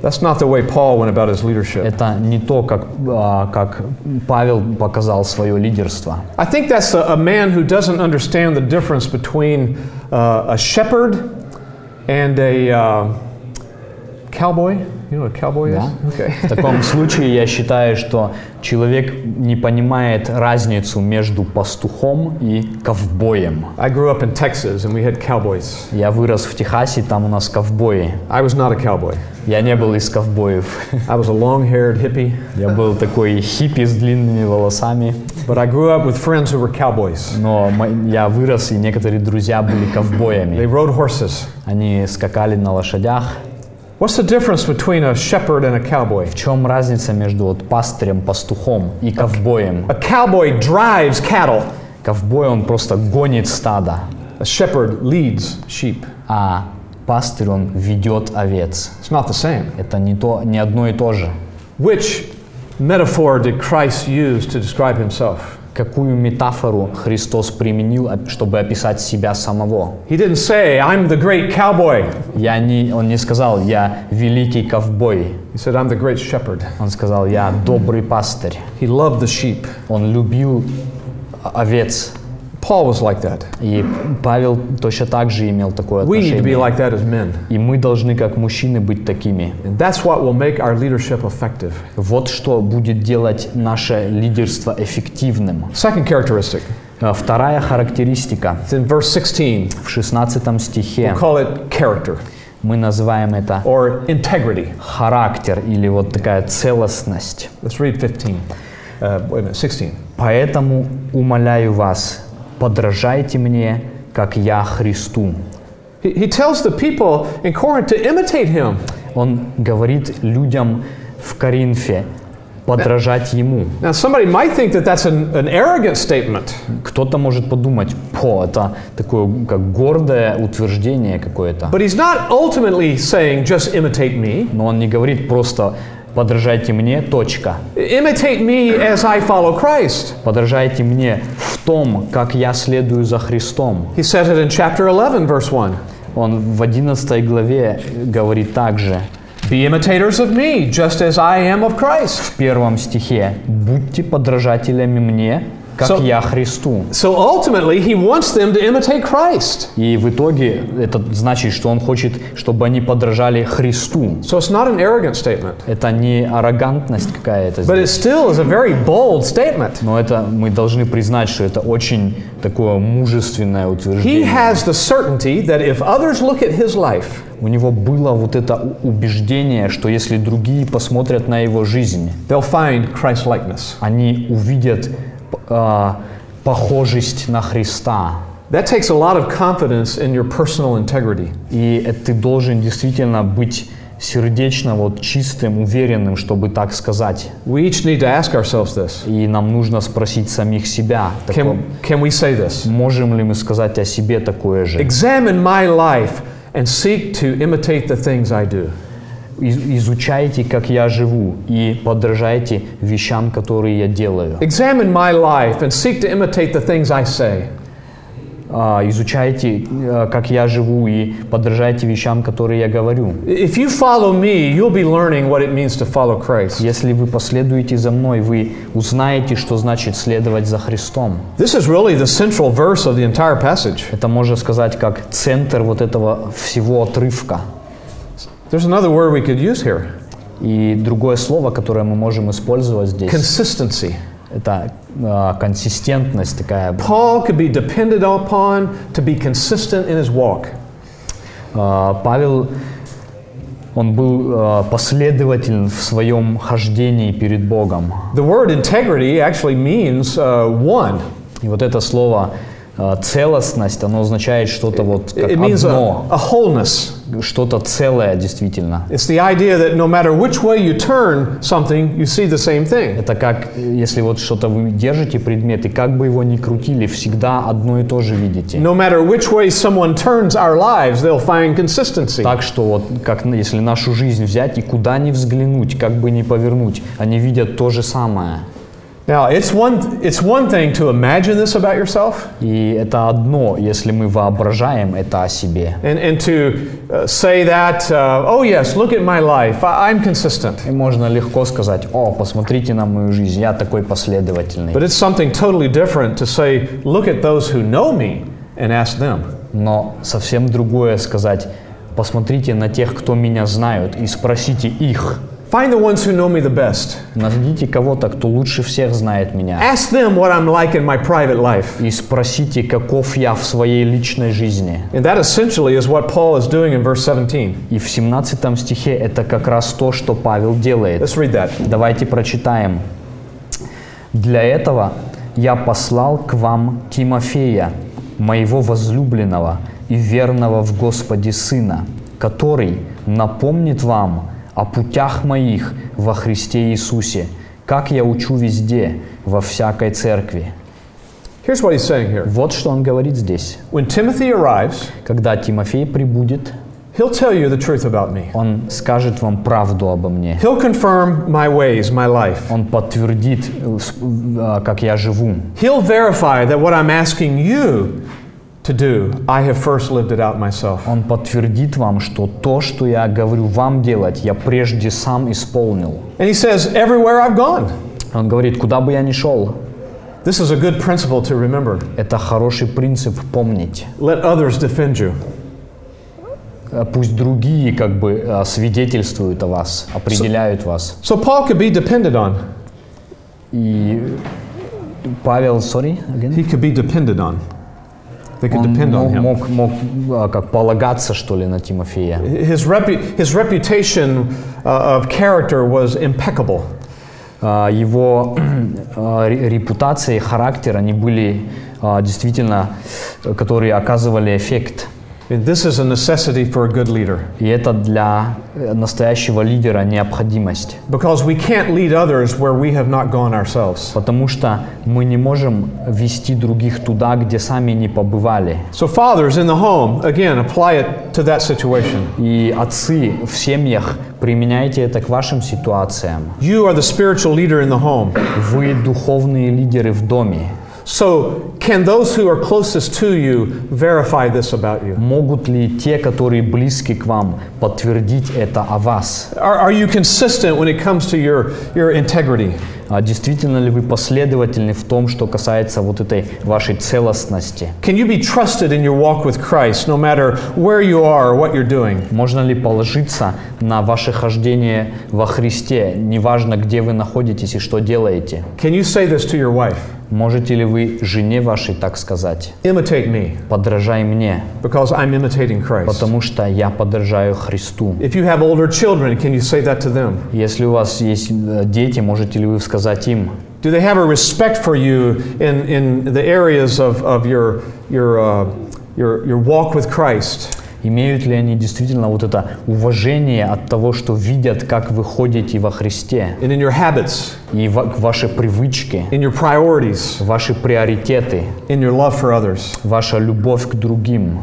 That's not the way Paul went about his leadership. Это не то, как, а, как Павел показал свое лидерство. I think that's a, a man who doesn't understand the difference between uh, a shepherd and a uh, cowboy. You know what a cowboy Да. is? Okay. В таком случае я считаю, что человек не понимает разницу между пастухом и ковбоем. I grew up in Texas and we had cowboys. Я вырос в Техасе, там у нас ковбои. I was not a cowboy. Я не был из ковбоев. I was a long haired hippie, Я был такой хиппи с длинными волосами. but I grew up with friends who were cowboys. Но мо- я вырос, и некоторые друзья были They ковбоями. rode horses. Они скакали на лошадях. What's the difference between a shepherd and a cowboy? В чем разница между вот пастырем, пастухом и ковбоем? A cowboy drives cattle, Ковбой, он просто гонит стадо, a shepherd leads sheep. а пастырь, он ведет овец. It's not the same. Это не, то, не одно и то же. Which metaphor did Christ use to describe himself? Какую метафору Христос применил, оп- чтобы описать себя самого? He didn't say, I'm the great cowboy. Я не, он не сказал, я великий ковбой. He said, I'm the great shepherd. Он сказал, я добрый пастырь. He loved the sheep. Он любил о- овец. Paul was like that. И Павел точно так же имел такое We need to be отношение. like that as men. И мы должны, как мужчины, быть такими. And that's what will make our leadership effective. Вот что будет делать наше лидерство эффективным. Second characteristic, А Вторая характеристика it's in verse 16. в 16 стихе Call it character мы называем это or integrity. характер или вот такая целостность. Let's read 15. Uh, wait a minute, 16. Поэтому умоляю вас, подражайте мне, как я Христу. He, he tells the people in Corinth to imitate him. Он говорит людям в Коринфе подражать ему. Now, somebody might think that that's an, an arrogant statement. Кто-то может подумать, по, это такое как гордое утверждение какое-то. But he's not ultimately saying just imitate me. Но он не говорит просто подражайте мне, точка. Imitate me as I follow Christ. Подражайте мне в том, как я следую за Христом. He says it in chapter 11, verse 1. Он в 11 главе говорит также, Be imitators of me, just as I am of Christ. в первом стихе, «Будьте подражателями мне, как So- я Христу. So ultimately, he wants them to imitate Christ. И в итоге это значит, что он хочет, чтобы они подражали Христу. So it's not an arrogant statement, Это не арогантность какая-то. but здесь. it still is a very bold statement. Но это мы должны признать, что это очень такое мужественное He утверждение. has the certainty that if others look at his life, У него было вот это у- убеждение, что если другие посмотрят на его жизнь, they'll find Christ likeness. они увидят п- а, похожесть на Христа. That takes a lot of confidence in your personal integrity. И э, ты должен действительно быть сердечно вот чистым, уверенным, чтобы так сказать. We each need to ask ourselves this. И нам нужно спросить самих себя, таком, Can, can we say this? можем ли мы сказать о себе такое же? Examine my life and seek to imitate the things I do. Из- Изучайте, как я живу, и подражайте вещам, которые я делаю. Examine my life and seek to imitate the things I say. А, Изучайте, э, как я живу, и подражайте вещам, которые я говорю. If you follow me, you'll be learning what it means to follow Christ. Если вы последуете за мной, вы узнаете, что значит следовать за Христом. This is really the central verse of the entire passage. Это можно сказать как центр вот этого всего отрывка. There's another word we could use here И другое слово, которое мы можем использовать здесь, consistency. это э, консистентность такая. Paul could be depended upon to be consistent in his walk. Э, Павел, он был э, последователен в своем хождении перед Богом. The word integrity actually means uh, one, И вот это слово э, целостность, оно означает что-то вот как it means a, одно, a wholeness. что-то целое действительно. It's the idea that no matter which way you turn something, you see the same thing. Это как, э, если вот что-то вы держите предмет, и как бы его ни крутили, всегда одно и то же видите. No matter which way someone turns our lives, they'll find consistency. Так что вот, как на- если нашу жизнь взять и куда ни взглянуть, как бы ни повернуть, они видят то же самое. Now, it's one, it's one thing to imagine this about yourself И это одно, если мы воображаем это о себе. and, and to uh, say that, uh, oh, yes, look at my life, I, I'm consistent. И можно легко сказать, о, посмотрите на мою жизнь, я такой последовательный. But it's something totally different to say, look at those who know me and ask them. Но совсем другое сказать, посмотрите на тех, кто меня знают, и спросите их. Find the ones who know me the best. Найдите кого-то, кто лучше всех знает меня. Ask them what I'm like in my private life. И спросите, каков я в своей личной жизни. And that essentially is what Paul is doing in verse 17. И в 17 стихе это как раз то, что Павел делает. Let's read that. Давайте прочитаем. «Для этого я послал к вам Тимофея, моего возлюбленного и верного в Господе Сына, который напомнит вам о путях моих во Христе Иисусе, как я учу везде, во всякой церкви». Here's what he's saying here. Вот что он говорит здесь. When Timothy arrives, Когда Тимофей прибудет, he'll tell you the truth about me. он скажет вам правду обо мне. He'll confirm my ways, my life. Он подтвердит, э, с- э, как я живу. He'll verify that what I'm asking you to do, I have first lived it out myself. Он подтвердит вам, что то, что я говорю вам делать, я прежде сам исполнил. And he says, everywhere I've gone. Он говорит, куда бы я ни шел, This is a good principle to remember. это хороший принцип помнить. Let others defend you. Э, Пусть другие как бы э, свидетельствуют о вас, определяют вас. So Paul could be depended on. И Павел, sorry, again? He could be depended on. They could он depend on мог, him. мог, мог, э, как полагаться, что ли, на Тимофея. His, repu- his reputation uh, of character was impeccable. А, его а, ре- репутация и характер, они были а, действительно, э, которые оказывали эффект. And this is a necessity for a good leader И это для э, настоящего лидера необходимость. because we can't lead others where we have not gone ourselves. Потому что мы не можем вести других туда, где сами не побывали. So, fathers in the home, again, apply it to that situation. И отцы в семьях, применяйте это к вашим ситуациям. You are the spiritual leader in the home. Вы духовные лидеры в доме. So, can those who are closest to you verify this about you? Могут ли те, которые близки к вам, подтвердить это о вас? Are, are you consistent when it comes to your, your integrity? А действительно ли вы последовательны в том, что касается вот этой вашей целостности? Can you be trusted in your walk with Christ no matter where you are or what you're doing? Можно ли положиться на ваше хождение во Христе, неважно, где вы находитесь и что делаете? Can you say this to your wife? Можете ли вы жене вашей так сказать? Imitate me Подражай мне, because I'm imitating Christ. потому что я подражаю Христу. If you have older children, can you say that to them? Если у вас есть э, дети, можете ли вы сказать им? Do they have a respect for you in, in the areas of, of your, your, uh, your, your walk with Christ? Имеют ли они действительно вот это уважение от того, что видят, как вы ходите во Христе, And in your habits, и ва- ваши привычки, in your priorities, ваши приоритеты, in your love for others? ваша любовь к другим?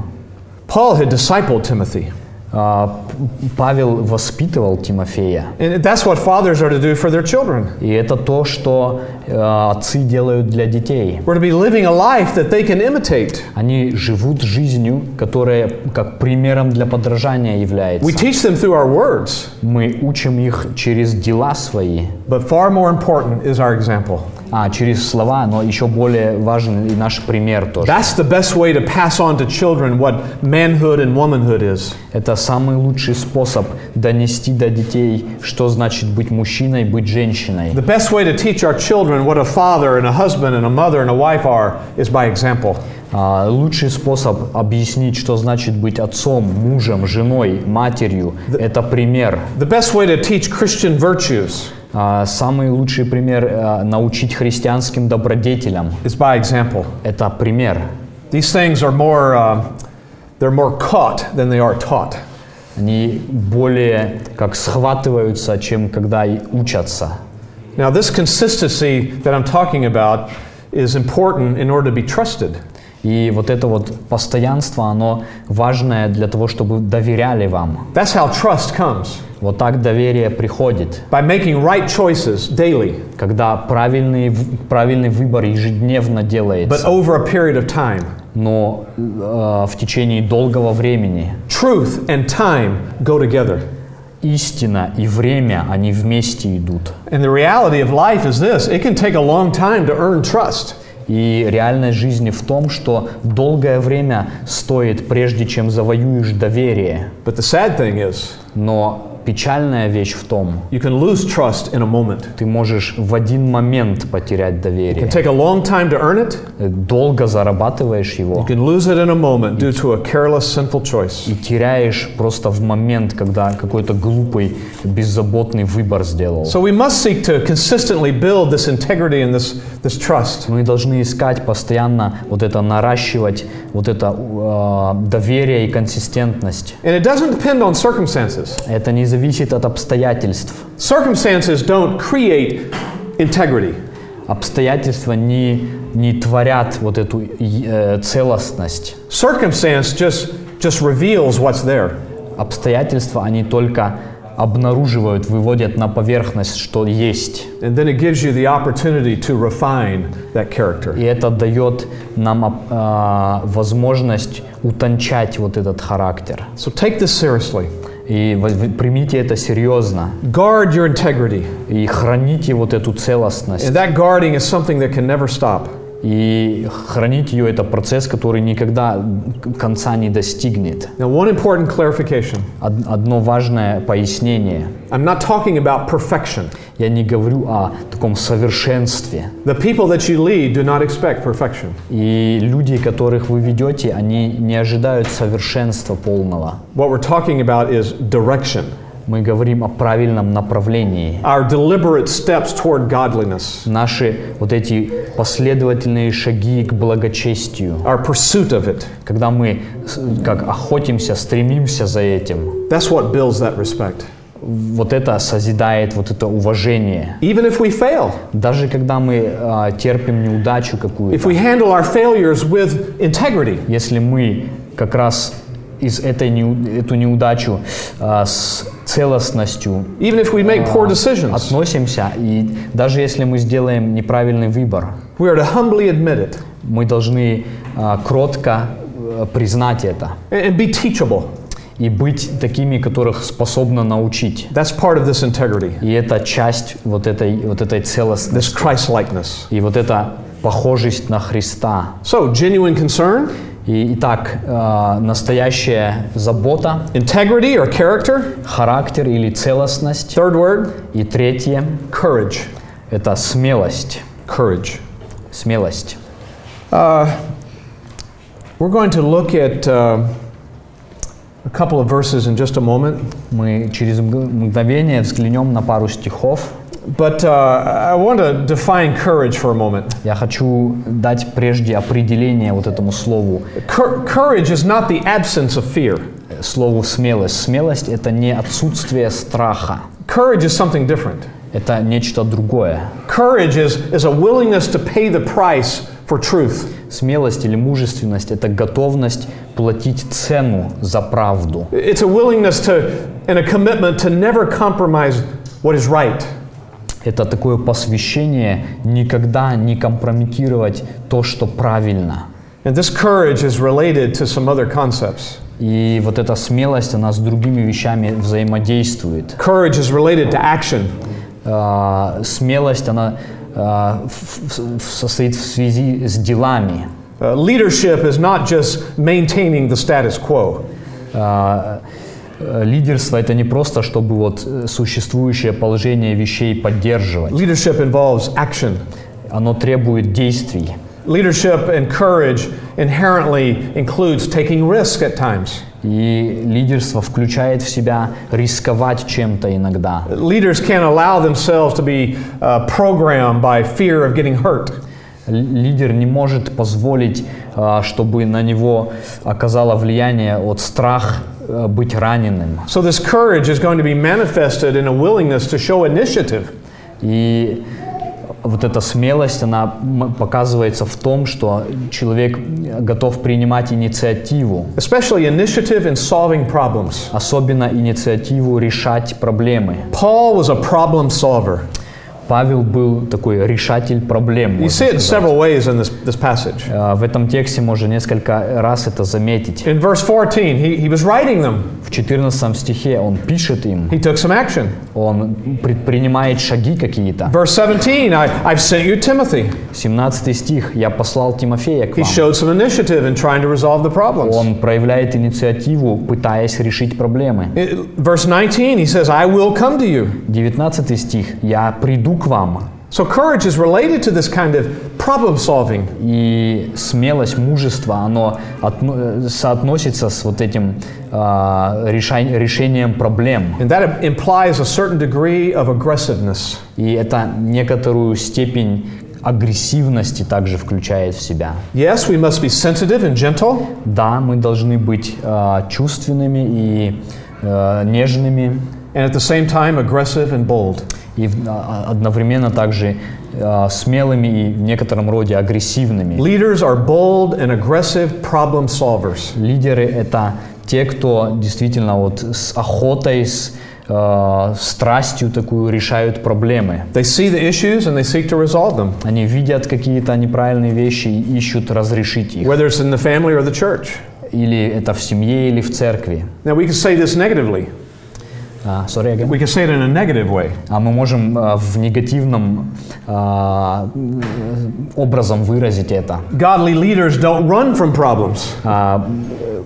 Paul had discipled Timothy. А, П- Павел воспитывал Тимофея, And that's what fathers are to do for their children. и это то, что э, отцы делают для детей. We're to be living a life that they can imitate. Они живут жизнью, которая как примером для подражания является. We teach them through our words, Мы учим их через дела свои, but far more important is our example. а через слова, но еще более важен и наш пример тоже. That's the best way to pass on to children what manhood and womanhood is. Это самый лучший способ донести до детей, что значит быть мужчиной, быть женщиной. The best way to teach our children what a father and a husband and a mother and a wife are is by example. А, Лучший способ объяснить, что значит быть отцом, мужем, женой, матерью, это пример. The best way to teach Christian virtues А, Самый лучший пример а, научить христианским добродетелям. is by example. Это пример. These things are more, uh, they're more caught than they are taught. Они более как схватываются, чем когда и учатся. Now, this consistency that I'm talking about is important in order to be trusted. И вот это вот постоянство, оно важное для того, чтобы доверяли вам. That's how trust comes Вот так доверие приходит, by making right choices daily, когда правильный, в- правильный выбор ежедневно but делается, over a period of time. но э, в течение долгого времени. Truth and time go together. Истина и время, они вместе идут. And the reality of life is this it can take a long time to earn trust. И реальность жизни в том, что долгое время стоит, прежде чем завоюешь доверие. But the sad thing is, Но печальная вещь в том, you can lose trust in a moment. It ты можешь в один момент потерять доверие. can take a long time to earn it, you Э, Долго зарабатываешь его can lose it in a moment due to a careless, sinful choice. и теряешь просто в момент, когда какой-то глупый, беззаботный выбор сделал. So we must seek to consistently build this integrity and this, this trust. Мы должны искать постоянно вот это, наращивать вот это э, доверие и консистентность. And it doesn't depend on circumstances. Это не зависит от обстоятельств. Circumstances don't create integrity. Обстоятельства не, не творят вот эту э, целостность. Circumstance just just reveals what's there. Обстоятельства, они только обнаруживают, выводят на поверхность, что есть. And then it gives you the opportunity to refine that character. И это дает нам а, а, возможность утончать вот этот характер. So take this seriously. И в- в- примите это серьезно. Guard your integrity. И храните вот эту целостность. And that guarding is something that can never stop. И хранить ее это процесс, который никогда к- конца не достигнет. Now, one important clarification Од- Одно важное пояснение. I'm not talking about perfection. Я не говорю о таком совершенстве. The people that you lead do not expect perfection. И люди, которых вы ведете, они не ожидают совершенства полного. What we're talking about is direction, Мы говорим о правильном направлении. our deliberate steps toward godliness, наши вот эти последовательные шаги к благочестию, our pursuit of it. когда мы с- как охотимся, стремимся за этим, That's what builds that respect. вот это созидает вот это уважение. Even if we fail, Даже когда мы а, терпим неудачу if какую-то, we handle our failures with integrity, если мы как раз из этой неу- эту неудачу а, с целостностью Even if we make Ah. poor decisions, относимся, и даже если мы сделаем неправильный выбор, we are to humbly admit it мы должны а, кротко э, признать это and and be teachable. и быть такими, которых способно научить. That's part of this integrity, И это часть вот этой, вот этой this целостности, Christ likeness. и вот эта похожесть на Христа. So, genuine concern, И, итак, э, настоящая забота, integrity or character. характер или целостность. Third word, И третье courage. – это смелость. Courage. Смелость. We're going to look at uh, a couple of verses in just a moment, Мы через мг- мгновение взглянем на пару стихов. but uh, I want to define courage for a moment. Я хочу дать прежде определение вот этому слову, Cour- courage is not the absence of fear, э, слову смелость. Смелость – это не отсутствие страха, courage is something different. это нечто другое. Courage is, is a willingness to pay the price for truth. Смелость или мужественность – это готовность платить цену за правду. It's a willingness to and a commitment to never compromise what is right. Это такое посвящение никогда не компрометировать то, что правильно. And this courage is related to some other concepts. И вот эта смелость, она с другими вещами взаимодействует. Courage is related to action. А, смелость, она а, в- в- в- состоит в связи с делами. Uh, leadership is not just maintaining the status quo. А, э, лидерство это не просто, чтобы вот э, существующее положение вещей поддерживать. Leadership involves action. Оно требует действий. Leadership and courage inherently includes taking risk at times. И лидерство включает в себя рисковать чем-то иногда. Leaders can't allow themselves to be uh, programmed by fear of getting hurt. Л- Лидер не может позволить, а, чтобы на него оказало влияние от страх э, быть раненым. So, this courage is going to be manifested in a willingness to show initiative. И вот эта смелость, она м- показывается в том, что человек э, готов принимать инициативу, especially initiative in solving problems. особенно инициативу решать проблемы. Paul was a problem solver. Павел был такой решатель проблем. You можно see it in сказать. several ways in this, this passage. Э, В этом тексте можно несколько раз это заметить. In verse 14, he, he was writing them. В 14 стихе он пишет им, He took some action. он предпринимает шаги какие-то. Verse 17, I, I've sent you Timothy. 17 стих, я послал Тимофея к He вам. showed some initiative in trying to resolve the problems. Он проявляет инициативу, пытаясь решить проблемы. I- Verse 19, he says, I will come to you. 19 стих. «Я приду к вам». So courage is related to this kind of problem solving. И смелость, мужество, оно отно- соотносится с вот этим а, реша- решением проблем. And that implies a certain degree of aggressiveness. И это некоторую степень агрессивности также включает в себя. Yes, we must be sensitive and gentle, Да, мы должны быть а, чувственными и э, нежными, and at the same time, aggressive and bold. и в- а- одновременно также э, смелыми и в некотором роде агрессивными. Leaders are bold and aggressive problem solvers. Лидеры — это те, кто действительно вот с охотой, с э, страстью такую решают проблемы. They see the issues and they seek to resolve them, Они видят какие-то неправильные вещи и ищут разрешить их. whether it's in the family or the church. Или это в семье, или в церкви. Now, we can say this negatively. А, sorry again. We can say it in a negative way. А мы можем э, в негативном а, э, образом выразить это. Godly leaders don't run from problems, А, э,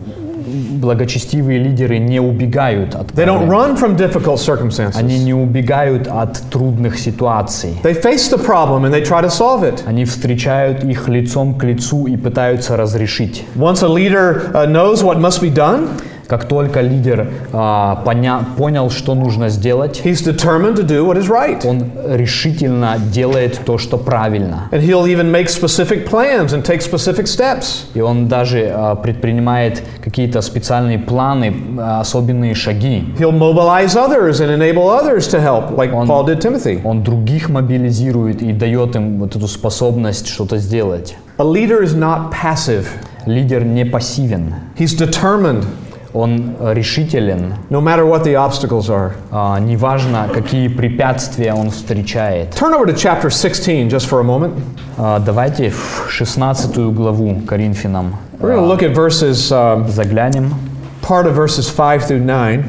благочестивые лидеры не убегают от they don't проблем. run from difficult Они circumstances. не убегают от трудных ситуаций. They face the problem and they try to solve it. Они встречают их лицом к лицу и пытаются разрешить. Once a leader uh, knows what must be done, Как только лидер а, поня- понял, что нужно сделать, he's determined to do what is right. он решительно делает то, что правильно. And he'll even make specific plans and take specific steps. И он даже а, предпринимает какие-то специальные планы, а, особенные шаги. He'll mobilize others and enable others to help, like On- Paul did Timothy. Он других мобилизирует и дает им вот эту способность что-то сделать. A leader is not passive. Лидер не пассивен. He's determined. Он решителен, no matter what the obstacles are. а, неважно, какие препятствия он встречает. Turn over to chapter 16 just for a moment. А, Давайте в 16 главу Коринфянам We're going to look at verses, um, заглянем. part of verses 5 through 9.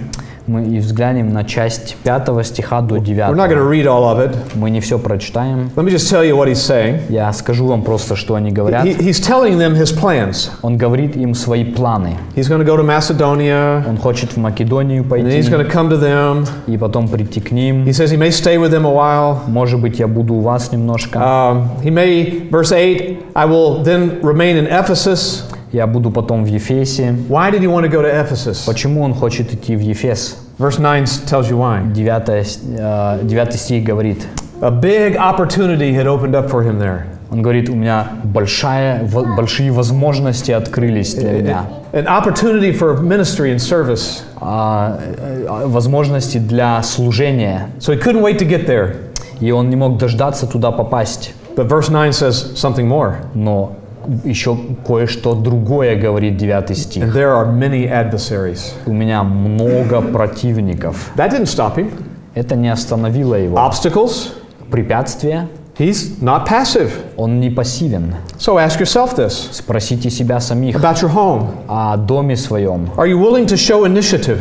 Мы и взглянем на часть 5 стиха до We're not 9. going to read all of it. Мы не все прочитаем. Let me just tell you what he's saying. Я скажу вам просто, что они говорят. He, he's telling them his plans. Он говорит им свои планы. He's going to go to Macedonia, Он хочет в Македонию and he's пойти going to come to them. и потом прийти к ним. He says he may stay with them a while. Может быть, я буду у вас немножко. Um, he may, verse 8, I will then remain in Ephesus. Я буду потом в Ефесе. Why did he want to go to Ephesus? Почему он хочет идти в Ефес? Verse 9 s- tells you why. 9, 9 стих говорит. A big opportunity had opened up for him there. Он говорит, у меня большая, во- большие возможности открылись для меня. An opportunity for ministry and service. А, э, э, возможности для служения. So he couldn't wait to get there. И он не мог дождаться туда попасть. But verse 9 says something more. Но еще кое-что другое говорит 9 And стих. there are many adversaries. У меня много противников. That didn't stop him. Это не остановило его. А Obstacles, Препятствие, he's not passive. он не пассивен. So ask yourself this Спросите себя самих about your home. о доме своем. Are you willing to show initiative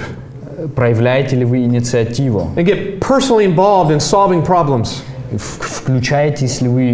Проявляете ли вы инициативу? and get personally involved in solving problems? В- Включаетесь ли вы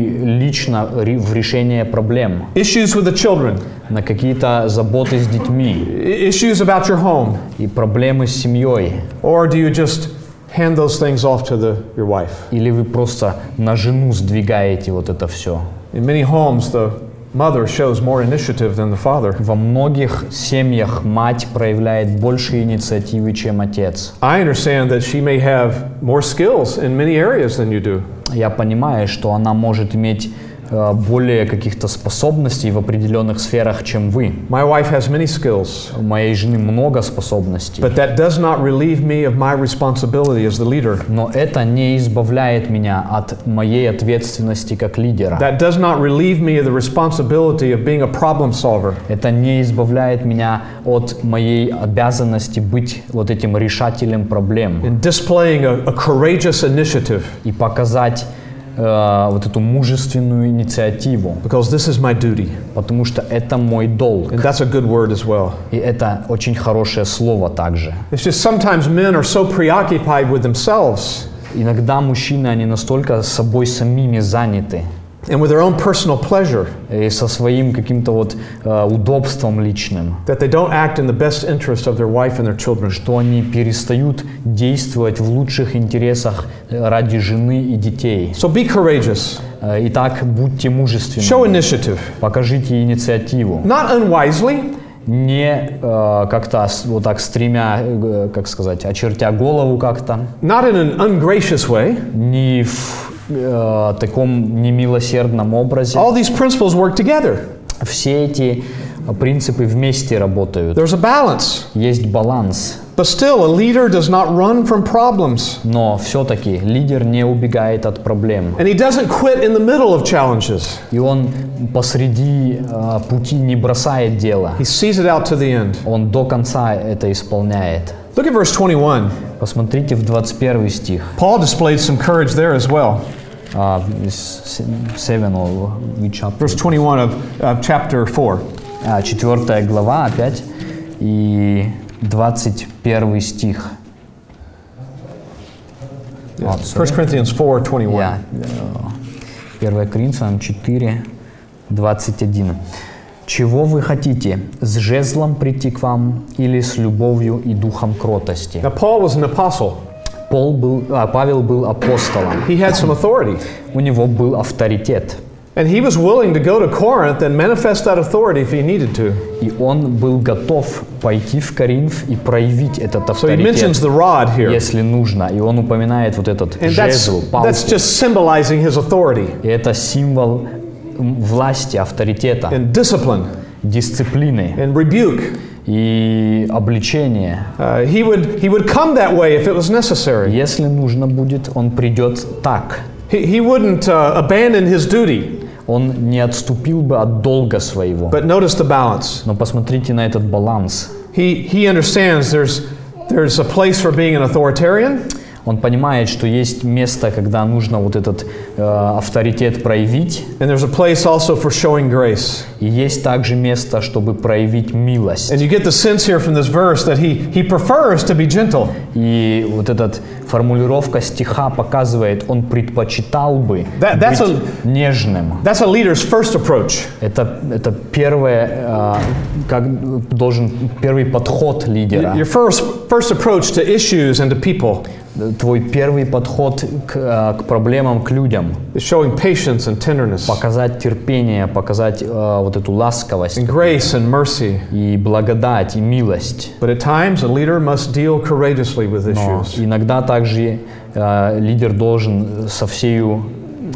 лично ре- в решение проблем? Issues with the children, На какие-то заботы с детьми i- issues about your home, и проблемы с семьей? or do you just hand those things off to the, your wife? Или вы просто на жену сдвигаете вот это все? In many homes, the mother shows more initiative than the father. Во многих семьях мать проявляет больше инициативы, чем отец. I understand that she may have more skills in many areas than you do, Я понимаю, что она может иметь э, более каких-то способностей в определенных сферах, чем вы. My wife has many skills, У моей жены много способностей. but that does not relieve me of my responsibility as the leader. Но это не избавляет меня от моей ответственности как лидера. That does not relieve me of the responsibility of being a problem solver. Это не избавляет меня от моей обязанности быть вот этим решателем проблем In displaying a, a courageous initiative, и показать э, вот эту мужественную инициативу, because this is my duty. потому что это мой долг. And that's a good word as well. И это очень хорошее слово также. It's just sometimes men are so preoccupied with themselves Иногда мужчины, они настолько с собой самими заняты and with their own personal pleasure и со своим каким-то вот э, удобством личным, that they don't act in the best interest of their wife and their children. что они перестают действовать в лучших интересах э, ради жены и детей. So be courageous. Э, Итак, будьте мужественны, Show initiative. покажите инициативу, Not unwisely, не э, как-то с- вот так стремя, э, как сказать, очертя голову как-то, not in an ungracious way. не в э, таком немилосердном образе. All these principles work together. Все эти э, принципы вместе работают. There's a balance. Есть баланс, But still, a leader does not run from problems. но все-таки лидер не убегает от проблем. And he doesn't quit in the middle of challenges. И он посреди э, пути не бросает дело. He sees it out to the end. Он до конца это исполняет. Look at verse 21. Посмотрите в 21 стих. Paul displayed some courage there as well. А, в- с- seven or which chapter? Verse 21 of, of chapter 4. А, 4 глава опять. И 21 стих. А, 1 Corinthians 4 21. Я, э, 1 Коринфянам 4, 21. «Чего вы хотите, с жезлом прийти к вам или с любовью и духом кротости?» Now, Paul was an apostle, Пол был, а, Павел был апостолом, he had some authority. у него был авторитет, And he was willing to go to Corinth and manifest that authority if he needed to. и он был готов пойти в Коринф и проявить этот So he mentions авторитет, the rod here. если нужно, и он упоминает вот этот And that's, жезл, that's палку, just symbolizing his authority и это символ м, власти, авторитета, and discipline дисциплины and rebuke. и обличения. Uh, he, would, he would come that way if it was necessary. Если нужно будет, он придет так. He, he wouldn't uh, abandon his duty. Он не отступил бы от долга своего. But notice the balance. Но посмотрите на этот баланс. He, he understands there's, there's a place for being an authoritarian, Он понимает, что есть место, когда нужно вот этот э, авторитет проявить, and there's a place also for showing grace. и есть также место, чтобы проявить милость. And you get the sense here from this verse that he, he prefers to be gentle. И вот эта формулировка стиха показывает, он предпочитал бы That- that's быть нежным. That's a leader's first approach. Это, это первое, э, как должен первый подход лидера. Your first, first approach to issues and to people Твой первый подход к, э, к проблемам, к людям. is showing patience and tenderness, Показать терпение, показать э, вот эту ласковость and grace and mercy. и благодать, и милость. But at times, a leader must deal courageously with Но issues. иногда также э, лидер должен со всею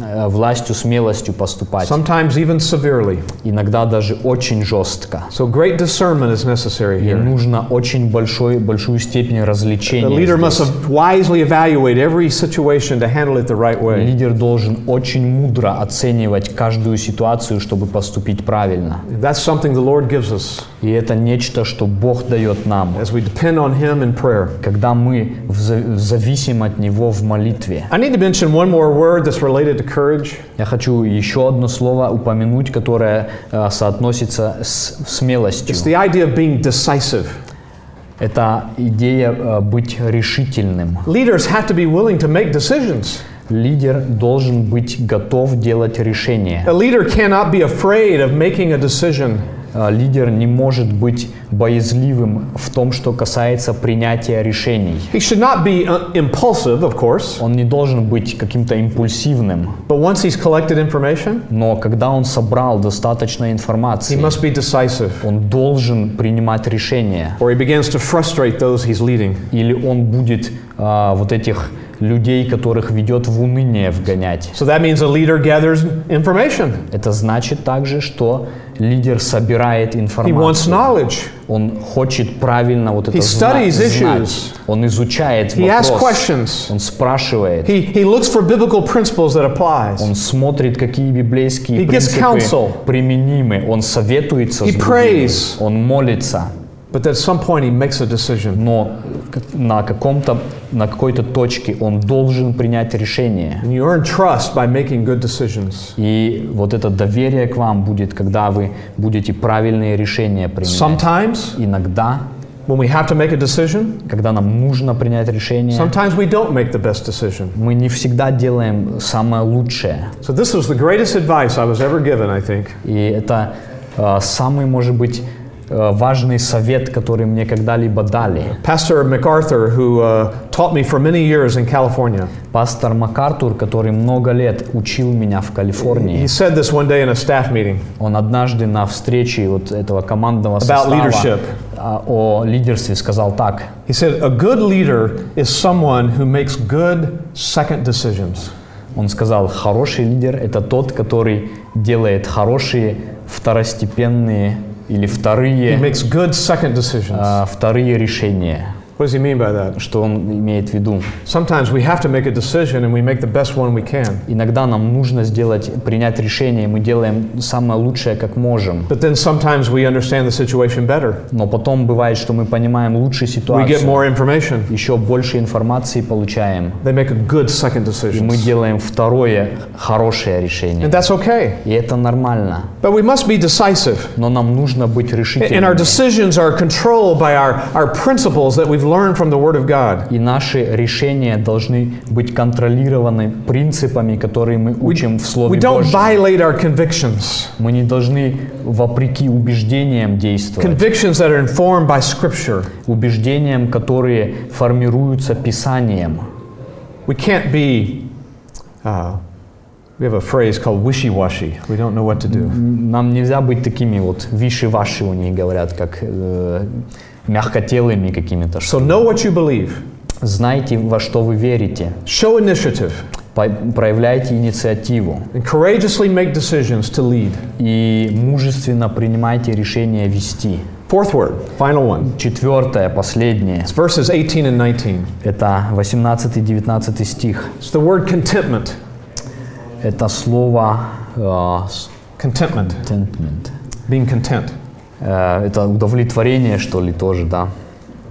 э, властью, смелостью поступать. Sometimes even severely. Иногда даже очень жестко. So great discernment is necessary И here. нужно очень большой, большую степень The развлечения. leader здесь. must ev- wisely evaluate every situation to handle it the right way. Лидер должен очень мудро оценивать каждую ситуацию, чтобы поступить правильно. That's something the Lord gives us И это нечто, что Бог дает нам, as we depend on Him in prayer. когда мы в за- зависим от Него в молитве. I need to mention one more word that's related to courage. Я хочу еще одно слово упомянуть, которое э, соотносится с смелостью. It's the idea of being decisive. Это идея э, быть решительным. Leaders have to be willing to make decisions. Лидер должен быть готов делать решения. A leader cannot be afraid of making a decision. Э, Лидер не может быть боязливым в том, что касается принятия решений. He should not be uh, impulsive, of course, Он не должен быть каким-то импульсивным, but once he's collected information, но когда он собрал достаточно he информации, must be decisive, он должен принимать решения. or he begins to frustrate those he's leading. Или он будет а, вот этих людей, которых ведет в уныние вгонять. So that means a leader gathers information. Это значит также, что лидер собирает He wants информацию. knowledge. Он хочет правильно вот это He зна- studies знать. issues. Он изучает He asks вопрос. questions. Он спрашивает. He, he looks for biblical principles that applies. Он смотрит, какие библейские He gives принципы counsel. применимы. Он советуется с He другими. prays. Он молится. But at some point, he makes a decision. Но к- на каком-то, на какой-то точке он должен принять решение. And you earn trust by making good decisions. И вот это доверие к вам будет, когда вы будете правильные решения принимать. Sometimes, Иногда, when we have to make a decision, когда нам нужно принять решение, sometimes we don't make the best decision. мы не всегда делаем самое лучшее. So, this was the greatest advice I was ever given, I think. И это э, самый, может быть, э, важный совет, который мне когда-либо дали. Pastor MacArthur, who uh, taught me for many years in California, Пастор МакАртур, который много лет учил меня в he Калифорнии, said this one day in a staff meeting. он однажды на встрече вот этого командного leadership. состава а, о лидерстве сказал так. He said, A good leader is someone who makes good second decisions. Он сказал, хороший лидер – это тот, который делает хорошие второстепенные He или вторые, makes good second decisions. а, вторые решения. What does he mean by that? Что он имеет в виду? Sometimes we have to make a decision and we make the best one we can. Иногда нам нужно сделать, принять решение, и мы делаем самое лучшее, как можем. But then sometimes we understand the situation better. Но потом бывает, что мы понимаем лучше We get ситуацию, more information. еще больше информации получаем, They make a good second и мы decision. делаем второе хорошее решение. And that's okay. И это нормально. But we must be decisive. Но нам нужно быть And our решительными. decisions are controlled by our, our principles that we've learned from the Word of God. И наши решения должны быть контролированы принципами, которые мы учим в We Слове don't Божьем. violate our convictions, Мы не должны вопреки убеждениям действовать, convictions that are informed by Scripture. убеждениям, которые формируются Писанием. We can't be, uh, we have a phrase called wishy washy. We don't know what to do. Mm-hmm. Нам нельзя быть такими вот виши-ваши, у них говорят, как э, мягкотелыми какими-то. So know what you believe, Знайте, во что вы верите, show initiative, по- проявляйте инициативу and courageously make decisions to lead. и мужественно принимайте решение вести. Fourth word, final one. Четвертое, последнее, It's verses 18 and 19. это 18-19 стих. It's the word contentment. Это слово э, с- Contentment, contentment. being content. э, это удовлетворение, что ли, тоже, да.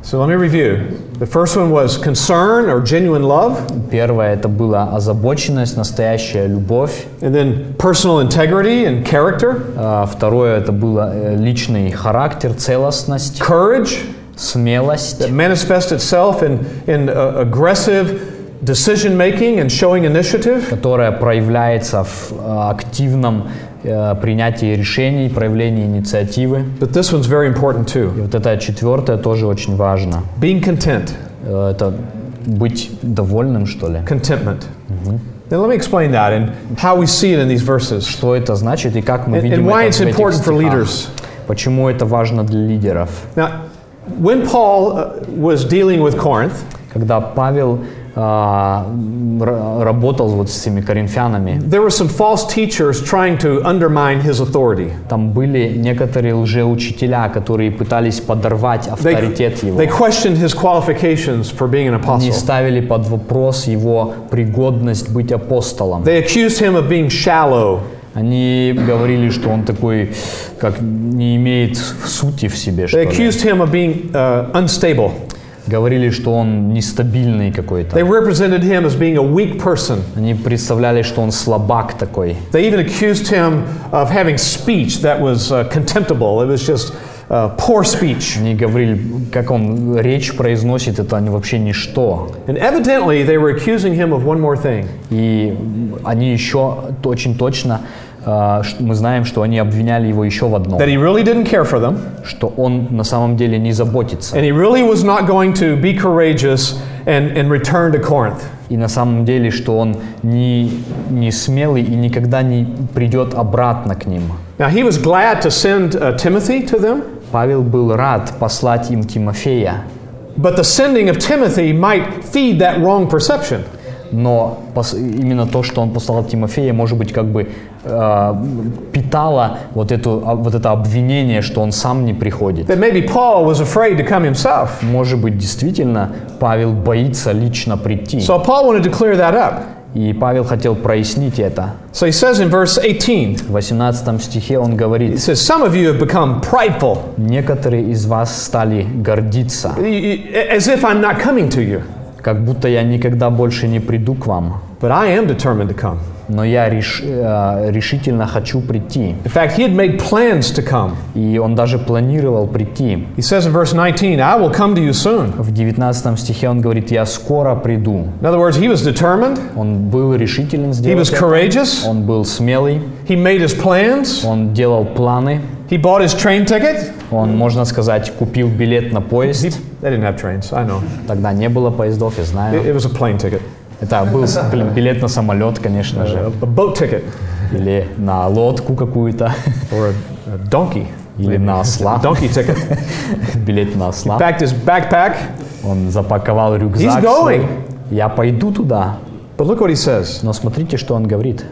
So let me review. The first one was concern or genuine love, Первое это была озабоченность, настоящая любовь. and then personal integrity and character, А, Второе это было э, личный характер, целостность, courage смелость. that manifests itself in, in uh, aggressive decision making and showing initiative, которая проявляется в э, активном э, принятии решений, проявлении инициативы. but this one's very important И too. вот это четвертое тоже очень важно. Being content, Э, Это быть довольным, что ли. contentment. Now let me explain that and how we see it in these verses Что это значит и как мы and, видим and why это it's в этих important for стихах. leaders. Почему это важно для лидеров? Now, when Paul uh, was dealing with Corinth, Когда Павел а, м, ра- работал вот с этими коринфянами, there were some false teachers trying to undermine his authority. там были некоторые лжеучителя, которые пытались подорвать They, авторитет его. they questioned his qualifications for being an Они apostle. ставили под вопрос его пригодность быть апостолом. They accused him of being shallow, Они говорили, что он такой, как не имеет сути в себе, что they ли. accused him of being uh, unstable. Говорили, что он нестабильный They какой-то. represented him as being a weak person. Они представляли, что он слабак такой. They even accused him of having speech that was uh, contemptible. It was just uh, poor speech. Они говорили, как он речь произносит, это вообще ничто. And evidently, they were accusing him of one more thing И они еще т- очень точно, э, ш- мы знаем, что они обвиняли его еще в одном, that he really didn't care for them, что он на самом деле не заботится. and he really was not going to be courageous and, and return to Corinth. И на самом деле, что он не, не смелый и никогда не придет обратно к ним. Now, he was glad to send uh, Timothy to them, Павел был рад послать им Тимофея, but the sending of Timothy might feed that wrong perception. но пос- именно то, что он послал Тимофея, может быть, как бы э, питало вот, эту, а, вот это обвинение, что он сам не приходит. That maybe Paul was afraid to come himself. Может быть, действительно, Павел боится лично прийти. So, Paul wanted to clear that up. И Павел хотел прояснить это. So, he says in verse 18, В 18 стихе он It говорит, says, Some of you have become prideful, «Некоторые из вас стали гордиться, y- y- as if I'm not coming to you. как будто я никогда больше не приду к вам, But I am determined to come. но я реш- э, решительно хочу прийти». In fact, he had made plans to come. И он даже планировал прийти. He says in verse 19, I will come to you soon. В 19 стихе он говорит, «Я скоро приду». In other words, he was determined, Он был решителен he сделать was это. courageous, Он был смелый, he made his plans, он делал планы, he bought his train ticket. он, можно сказать, kупил билет на He, поезд. they didn't have trains, I know. Тогда не было поездов, я It, знаю. it was a plane ticket, Это был с- блин, билет на самолет, конечно a, же. a boat ticket, Или на лодку какую-то. or a, a donkey. Или на осла. Donkey ticket. Билет на осла. Packed his backpack, Он запаковал He's рюкзак. свой. going. Я пойду туда. but look what he says Но смотрите, что он говорит.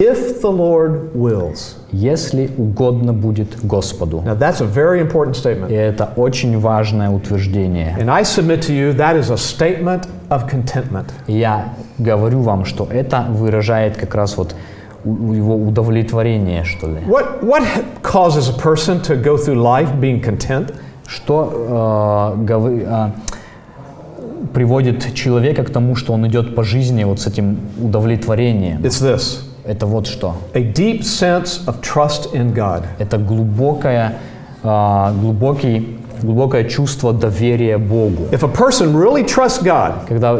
If the Lord wills. Если угодно будет Господу. Now, that's a very important statement. И это очень важное утверждение. And I submit to you that is a statement of contentment. И Я говорю вам, что это выражает как раз вот у- у его удовлетворение, что ли. What, what causes a person to go through life being content? Что э, гов- а, приводит человека к тому, что он идет по жизни вот с этим удовлетворением. It's this Это вот что. a deep sense of trust in God. Это глубокое, а, глубокий, глубокое чувство доверия Богу. If a person really trusts God Когда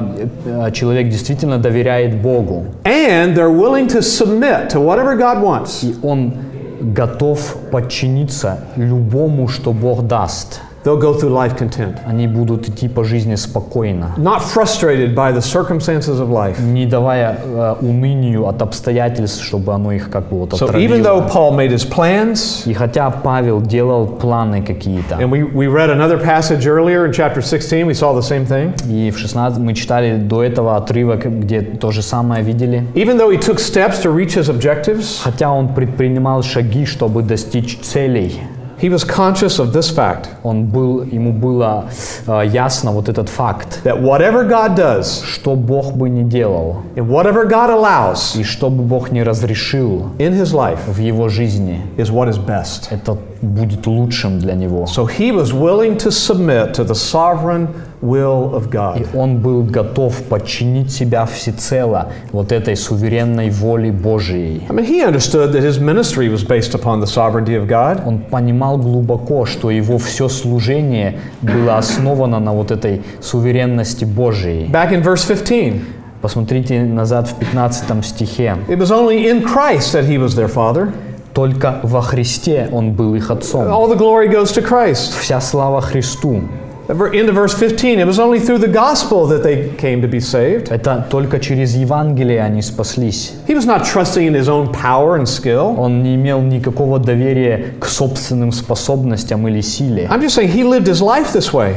э, человек действительно доверяет Богу, and they're willing to submit to whatever God wants, и он готов подчиниться любому, что Бог даст, they'll go through life content. они будут идти по жизни спокойно, Not frustrated by the circumstances of life. не давая э, унынию от обстоятельств, чтобы оно их как бы вот So even though отравило. Paul made his plans, И хотя Павел делал планы какие-то, and we, we read another passage earlier in chapter 16, we saw the same thing. и в 16 мы читали до этого отрывок, где то же самое видели, Even though he took steps to reach his objectives, Хотя он предпринимал шаги, чтобы достичь целей, He was conscious of this fact он был, ему было э, ясно вот этот факт, that whatever God does что Бог бы не делал and whatever God allows и что бы Бог не разрешил in his life в его жизни, is what is best. это будет лучшим для него. So he was willing to submit to the sovereign will of И God. он был готов подчинить себя всецело вот этой суверенной воле Божией. I mean, he understood that his ministry was based upon the sovereignty of God. Он понимал глубоко, что его все служение было основано на вот этой суверенности Божией. Back in verse 15, Посмотрите назад в 15 стихе. it was only in Christ that he was their father. Только во Христе он был их отцом. All the glory goes to Christ. Вся слава Христу. Into verse 15, it was only through the gospel that they came to be saved. Это только через Евангелие они спаслись. He was not trusting in his own power and skill. Он не имел никакого доверия к собственным способностям или силе. I'm just saying he lived his life this way.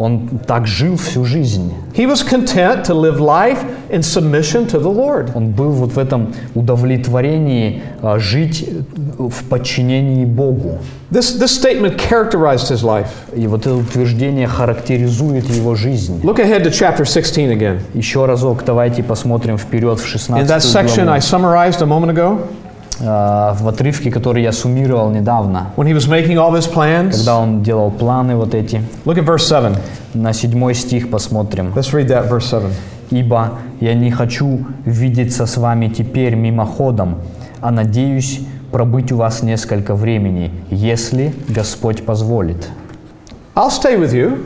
Он так жил всю жизнь. He was content to live life in submission to the Lord. Он был вот в этом удовлетворении а, жить э, в подчинении Богу. This, this statement characterized his life. И вот это утверждение характеризует его жизнь. Look ahead to chapter 16 again. Еще разок давайте посмотрим вперед в In 16 that section I главу, summarized a moment ago, А, в отрывке, который я суммировал недавно, when he was making all of his plans, когда он делал планы вот эти. look at verse 7. На седьмой стих посмотрим. Let's read that, verse 7. «Ибо я не хочу видеться с вами теперь мимоходом, а надеюсь пробыть у вас несколько времени, если Господь позволит. I'll stay with you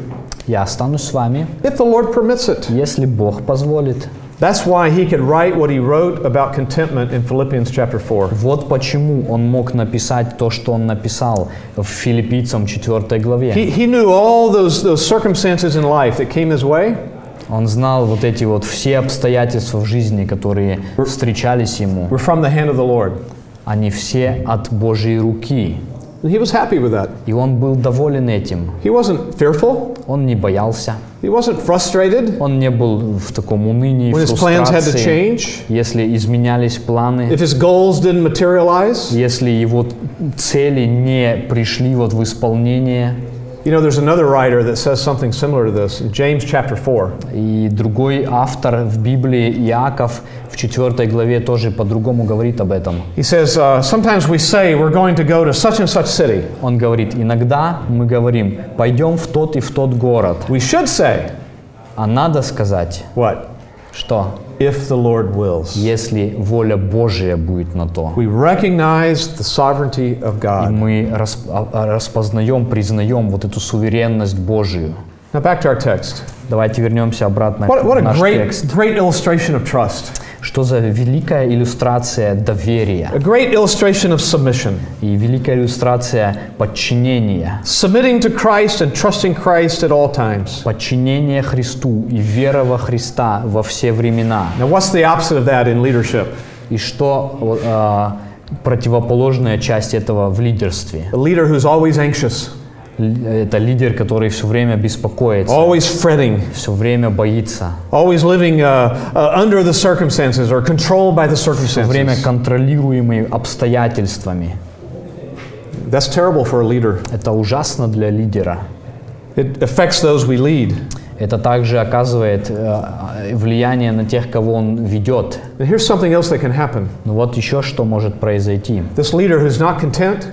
Я останусь с вами, if the Lord permits it. если Бог позволит». That's why he could write what he wrote about contentment in Philippians chapter 4. Вот почему он мог написать то, что он написал в Филиппийцам 4 главе. He, he knew all those, those circumstances in life that came his way. Он знал вот эти вот все обстоятельства в жизни, которые встречались ему. were from the hand of the Lord. Они все от Божьей руки. And he was happy with that. И он был доволен этим. He wasn't fearful, Он не боялся. he wasn't frustrated Он не был в таком унынии, when his plans had to фрустрации. change, Если изменялись планы, if his goals didn't materialize. если его цели не пришли вот в исполнение. You know, there's another writer that says something similar to this in James chapter 4. И другой автор в Библии, Иаков, в 4 главе тоже по-другому говорит об этом. He says, uh, Sometimes we say we're going to go to such and such city. Он говорит, иногда мы говорим, пойдем в тот и в тот город. We should say, А надо сказать, What? что If the Lord wills. если воля Божия будет на то. We recognize the sovereignty of God. Мы рас- а- а- распознаем, признаем вот эту суверенность Божию. Now back to our text. Давайте вернемся обратно What, what к a наш great, текст. great illustration of trust, Что за великая иллюстрация доверия a great illustration of submission. и великая иллюстрация подчинения. submitting to Christ and trusting Christ at all times. Подчинение Христу и вера во Христа во все времена. Now, what's the opposite of that in leadership? И что э, противоположная часть этого в лидерстве? A leader who's always anxious, Л- Это лидер, который все время беспокоится, always fretting, все время боится, always living uh, uh, under the circumstances or controlled by the все время circumstances. контролируемый обстоятельствами. That's terrible for a leader. Это ужасно для лидера. It affects those we lead. Это также оказывает э, влияние на тех, кого он ведет. And here's something else that can happen Но вот еще что может произойти. this leader who's not content,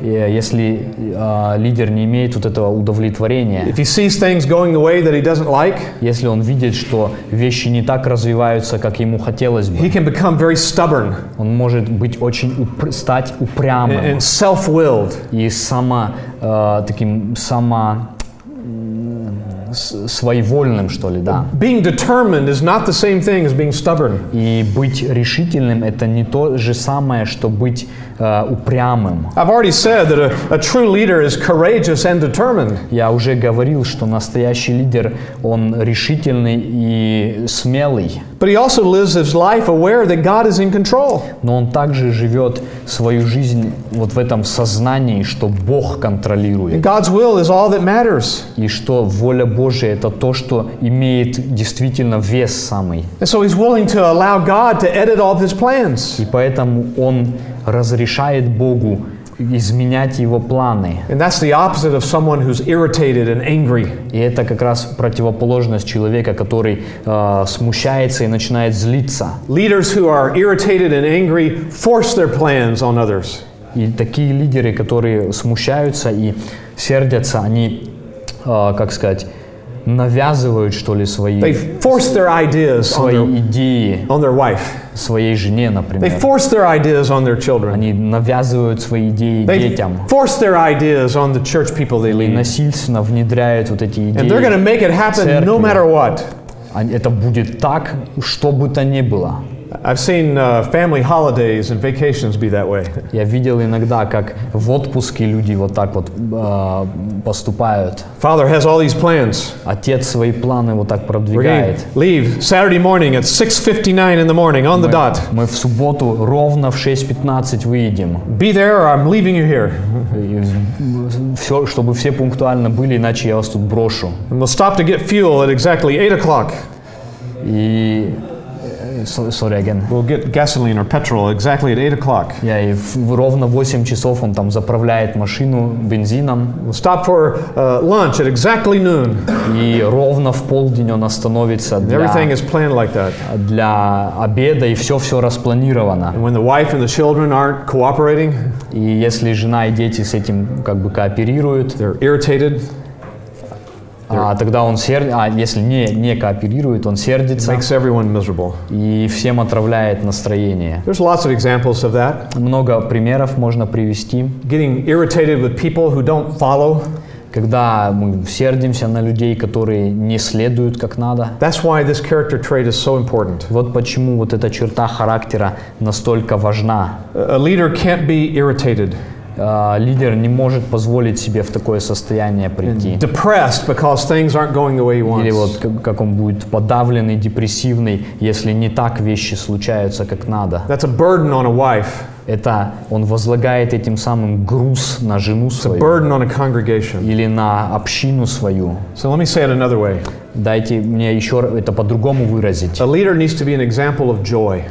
Э, Если э, лидер не имеет вот этого удовлетворения, if he sees things going the way that he doesn't like, Если он видит, что вещи не так развиваются, как ему хотелось бы, he can become very stubborn он может быть очень упр- стать and, упрямым and self willed. и само э, таким само м, с- своевольным что ли, да. Being determined is not the same thing as being stubborn. И быть решительным это не то же самое, что быть э, упрямым. I've already said that a, a true leader is courageous and determined. Я уже говорил, что настоящий лидер он решительный и смелый, But he also lives his life aware that God is in control. но он также живет свою жизнь вот в этом сознании, что Бог контролирует. And God's will is all that matters. И что воля Божия это то, что имеет действительно вес самый. And so he's willing to allow God to edit all of his plans. И поэтому он разрешает Богу изменять его планы. And that's the opposite of someone who's irritated and angry. И это как раз противоположность человека, который э, смущается и начинает злиться. Leaders who are irritated and angry force their plans on others. И такие лидеры, которые смущаются и сердятся, они, э, как сказать, навязывают, что ли, свои, They force their ideas on свои their, идеи on their wife. своей жене, например. They force their ideas on their children. Они навязывают свои идеи They детям. force their ideas on the church people they И lead. насильственно внедряют вот эти And they're going to make идеи. it happen no Церкви. matter what. Они- Это будет так, что бы то ни было. I've seen uh, family holidays and vacations be that way. Я видел иногда, как в отпуске люди вот так вот э, поступают. Father has all these plans. Отец свои планы вот так We're going продвигает. to leave Saturday morning at 6:59 in the morning on the dot. Мы в субботу ровно в 6.15 выедем. Be there or I'm leaving you here. все, чтобы все пунктуально были, иначе я вас тут брошу. And we'll stop to get fuel at exactly 8 o'clock. И... э, so- Sorry again. We'll get gasoline or petrol exactly at 8 o'clock. Я и в- в ровно 8 часов он там заправляет машину бензином. We'll stop for uh, lunch at exactly noon. И ровно в полдень он остановится Everything для, is planned like that. для обеда, и все-все распланировано. And when the wife and the children aren't cooperating, И если жена и дети с этим как бы кооперируют, they're irritated, Э, а тогда он сердится, а если не, не кооперирует, он сердится makes everyone miserable. и всем отравляет настроение. There's lots of examples of that. Много примеров можно привести, Getting irritated with people who don't follow. когда мы сердимся на людей, которые не следуют как надо. That's why this character trait is so important. Вот почему вот эта черта характера настолько важна. A a leader can't be irritated, А, Лидер не может позволить себе в такое состояние прийти. depressed because things aren't going the way he wants. Или вот как- как он будет подавленный, депрессивный, если не так вещи случаются, как надо. That's a burden on a wife, Это он возлагает этим самым груз на жену свою burden on a congregation. или на общину свою. So let me say it another way. Дайте мне еще р- это по-другому выразить. A leader needs to be an example of joy,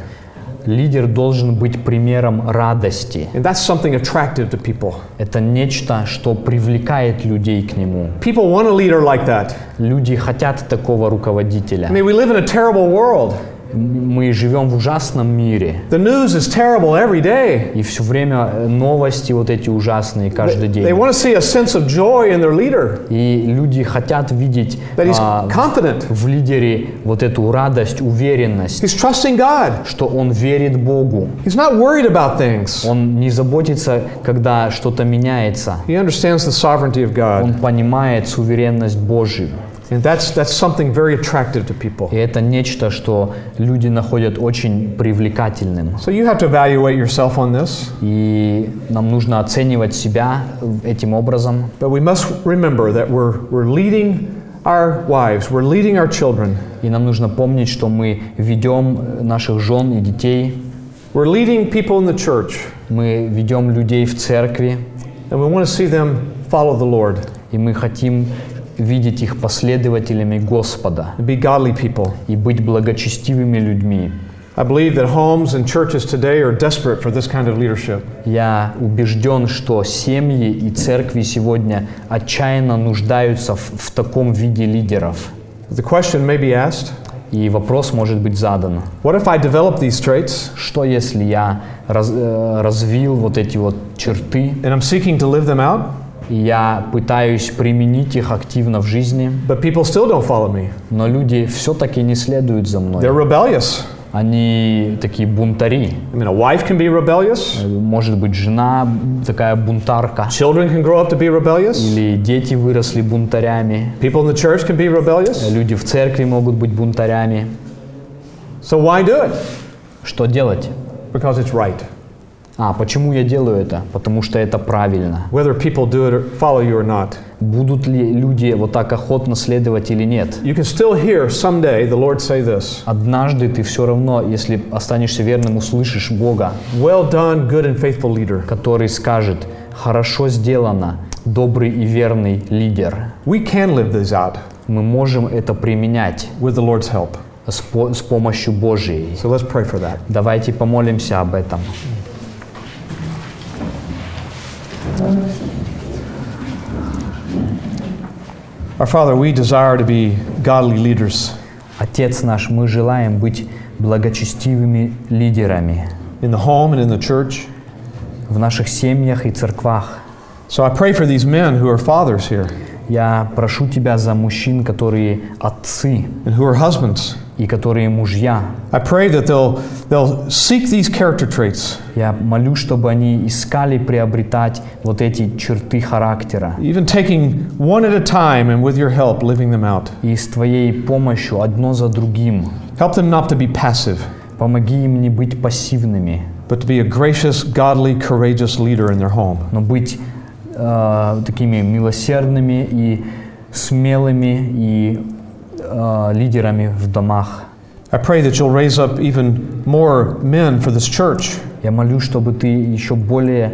Лидер должен быть примером радости. and that's something attractive to people. Это нечто, что привлекает людей к нему. People want a leader like that. Люди хотят такого I руководителя. mean, we live in a terrible world. М- Мы живем в ужасном мире. The news is terrible every day. И все время э, новости вот эти ужасные каждый They день. want to see a sense of joy in their leader, И люди хотят видеть that he's а, confident, в лидере вот эту радость, уверенность. he's trusting God, что он верит Богу. he's not worried about things. Он не заботится, когда что-то меняется. He understands the sovereignty of God, Он понимает суверенность Божью. and that's that's something very attractive to people. И это нечто, что люди находят очень привлекательным. So you have to evaluate yourself on this, И нам нужно оценивать себя этим образом. but we must remember that we're we're leading our wives, we're leading our children, И нам нужно помнить, что мы ведем наших жен и детей, we're leading people in the church, мы ведем людей в церкви, and we want to see them follow the Lord и мы хотим видеть их последователями Господа and be godly people. и быть благочестивыми людьми. I believe that homes and churches today are desperate for this kind of leadership. Я убежден, что семьи и церкви сегодня отчаянно нуждаются в, в таком виде лидеров. The question may be asked, И вопрос может быть задан. what if I develop these traits Что если я раз- э, развил вот эти вот черты, and I'm seeking to live them out, и я пытаюсь применить их активно в жизни, but people still don't follow me? но люди все-таки не следуют за They're мной. rebellious. Они такие бунтари. I mean, a wife can be rebellious. Может быть, жена такая бунтарка, Children can grow up to be rebellious. или дети выросли бунтарями, People in the church can be rebellious. люди в церкви могут быть бунтарями. So why do it? Что делать? Because it's right. А, почему я делаю это? Потому что это правильно. Whether people do it or follow you or not, Будут ли люди вот так охотно следовать или нет? you can still hear someday the Lord say this Однажды ты все равно, если останешься верным, услышишь Бога, Well done, good and faithful leader. который скажет, хорошо сделано, добрый и верный лидер. We can live these out Мы можем это применять with the Lord's help. с, по- с помощью Божией. So let's pray for that. Давайте помолимся об этом. Our Father, we desire to be godly leaders Отец наш, мы желаем быть благочестивыми лидерами in the home and in the church. в в наших семьях и церквах. So I pray for these men who are fathers here Я прошу Тебя за мужчин, которые отцы and who are husbands. и которые мужья. I pray that they'll, they'll seek these character traits, Я молю, чтобы они искали приобретать вот эти черты характера. even taking one at a time and with your help, living them out. И с Твоей помощью одно за другим. Help them not to be passive, Помоги им не быть пассивными, but to be a gracious, godly, courageous leader in their home. но быть э, такими милосердными и смелыми и э, лидерами в домах. I pray that you'll raise up even more men for this church. Я молю, чтобы ты еще более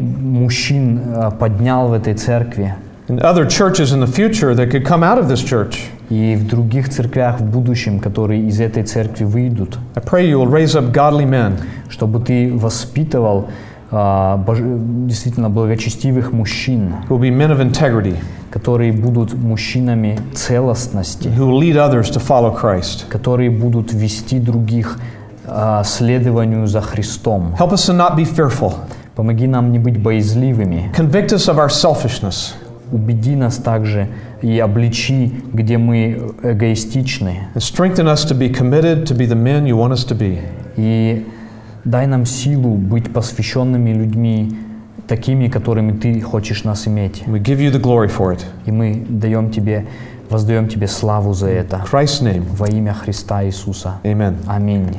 мужчин э, поднял в этой церкви and other churches in the future that could come out of this church. и в других церквях в будущем, которые из этой церкви выйдут, I pray you will raise up godly men чтобы ты воспитывал э, боже- действительно благочестивых мужчин, who will be men of integrity, которые будут мужчинами целостности, who will lead others to follow Christ. которые будут вести других э, следованию за Христом. Help us to not be fearful. Помоги нам не быть боязливыми. Convict us of our selfishness Убеди нас также и обличи, где мы эгоистичны. and strengthen us to be committed to be the men you want us to be. И дай нам силу быть посвященными людьми, такими, которыми ты хочешь нас иметь. And we give you the glory for it. И мы даем тебе, воздаем тебе славу за это. In Christ's name, Во имя Христа Иисуса. amen. Аминь.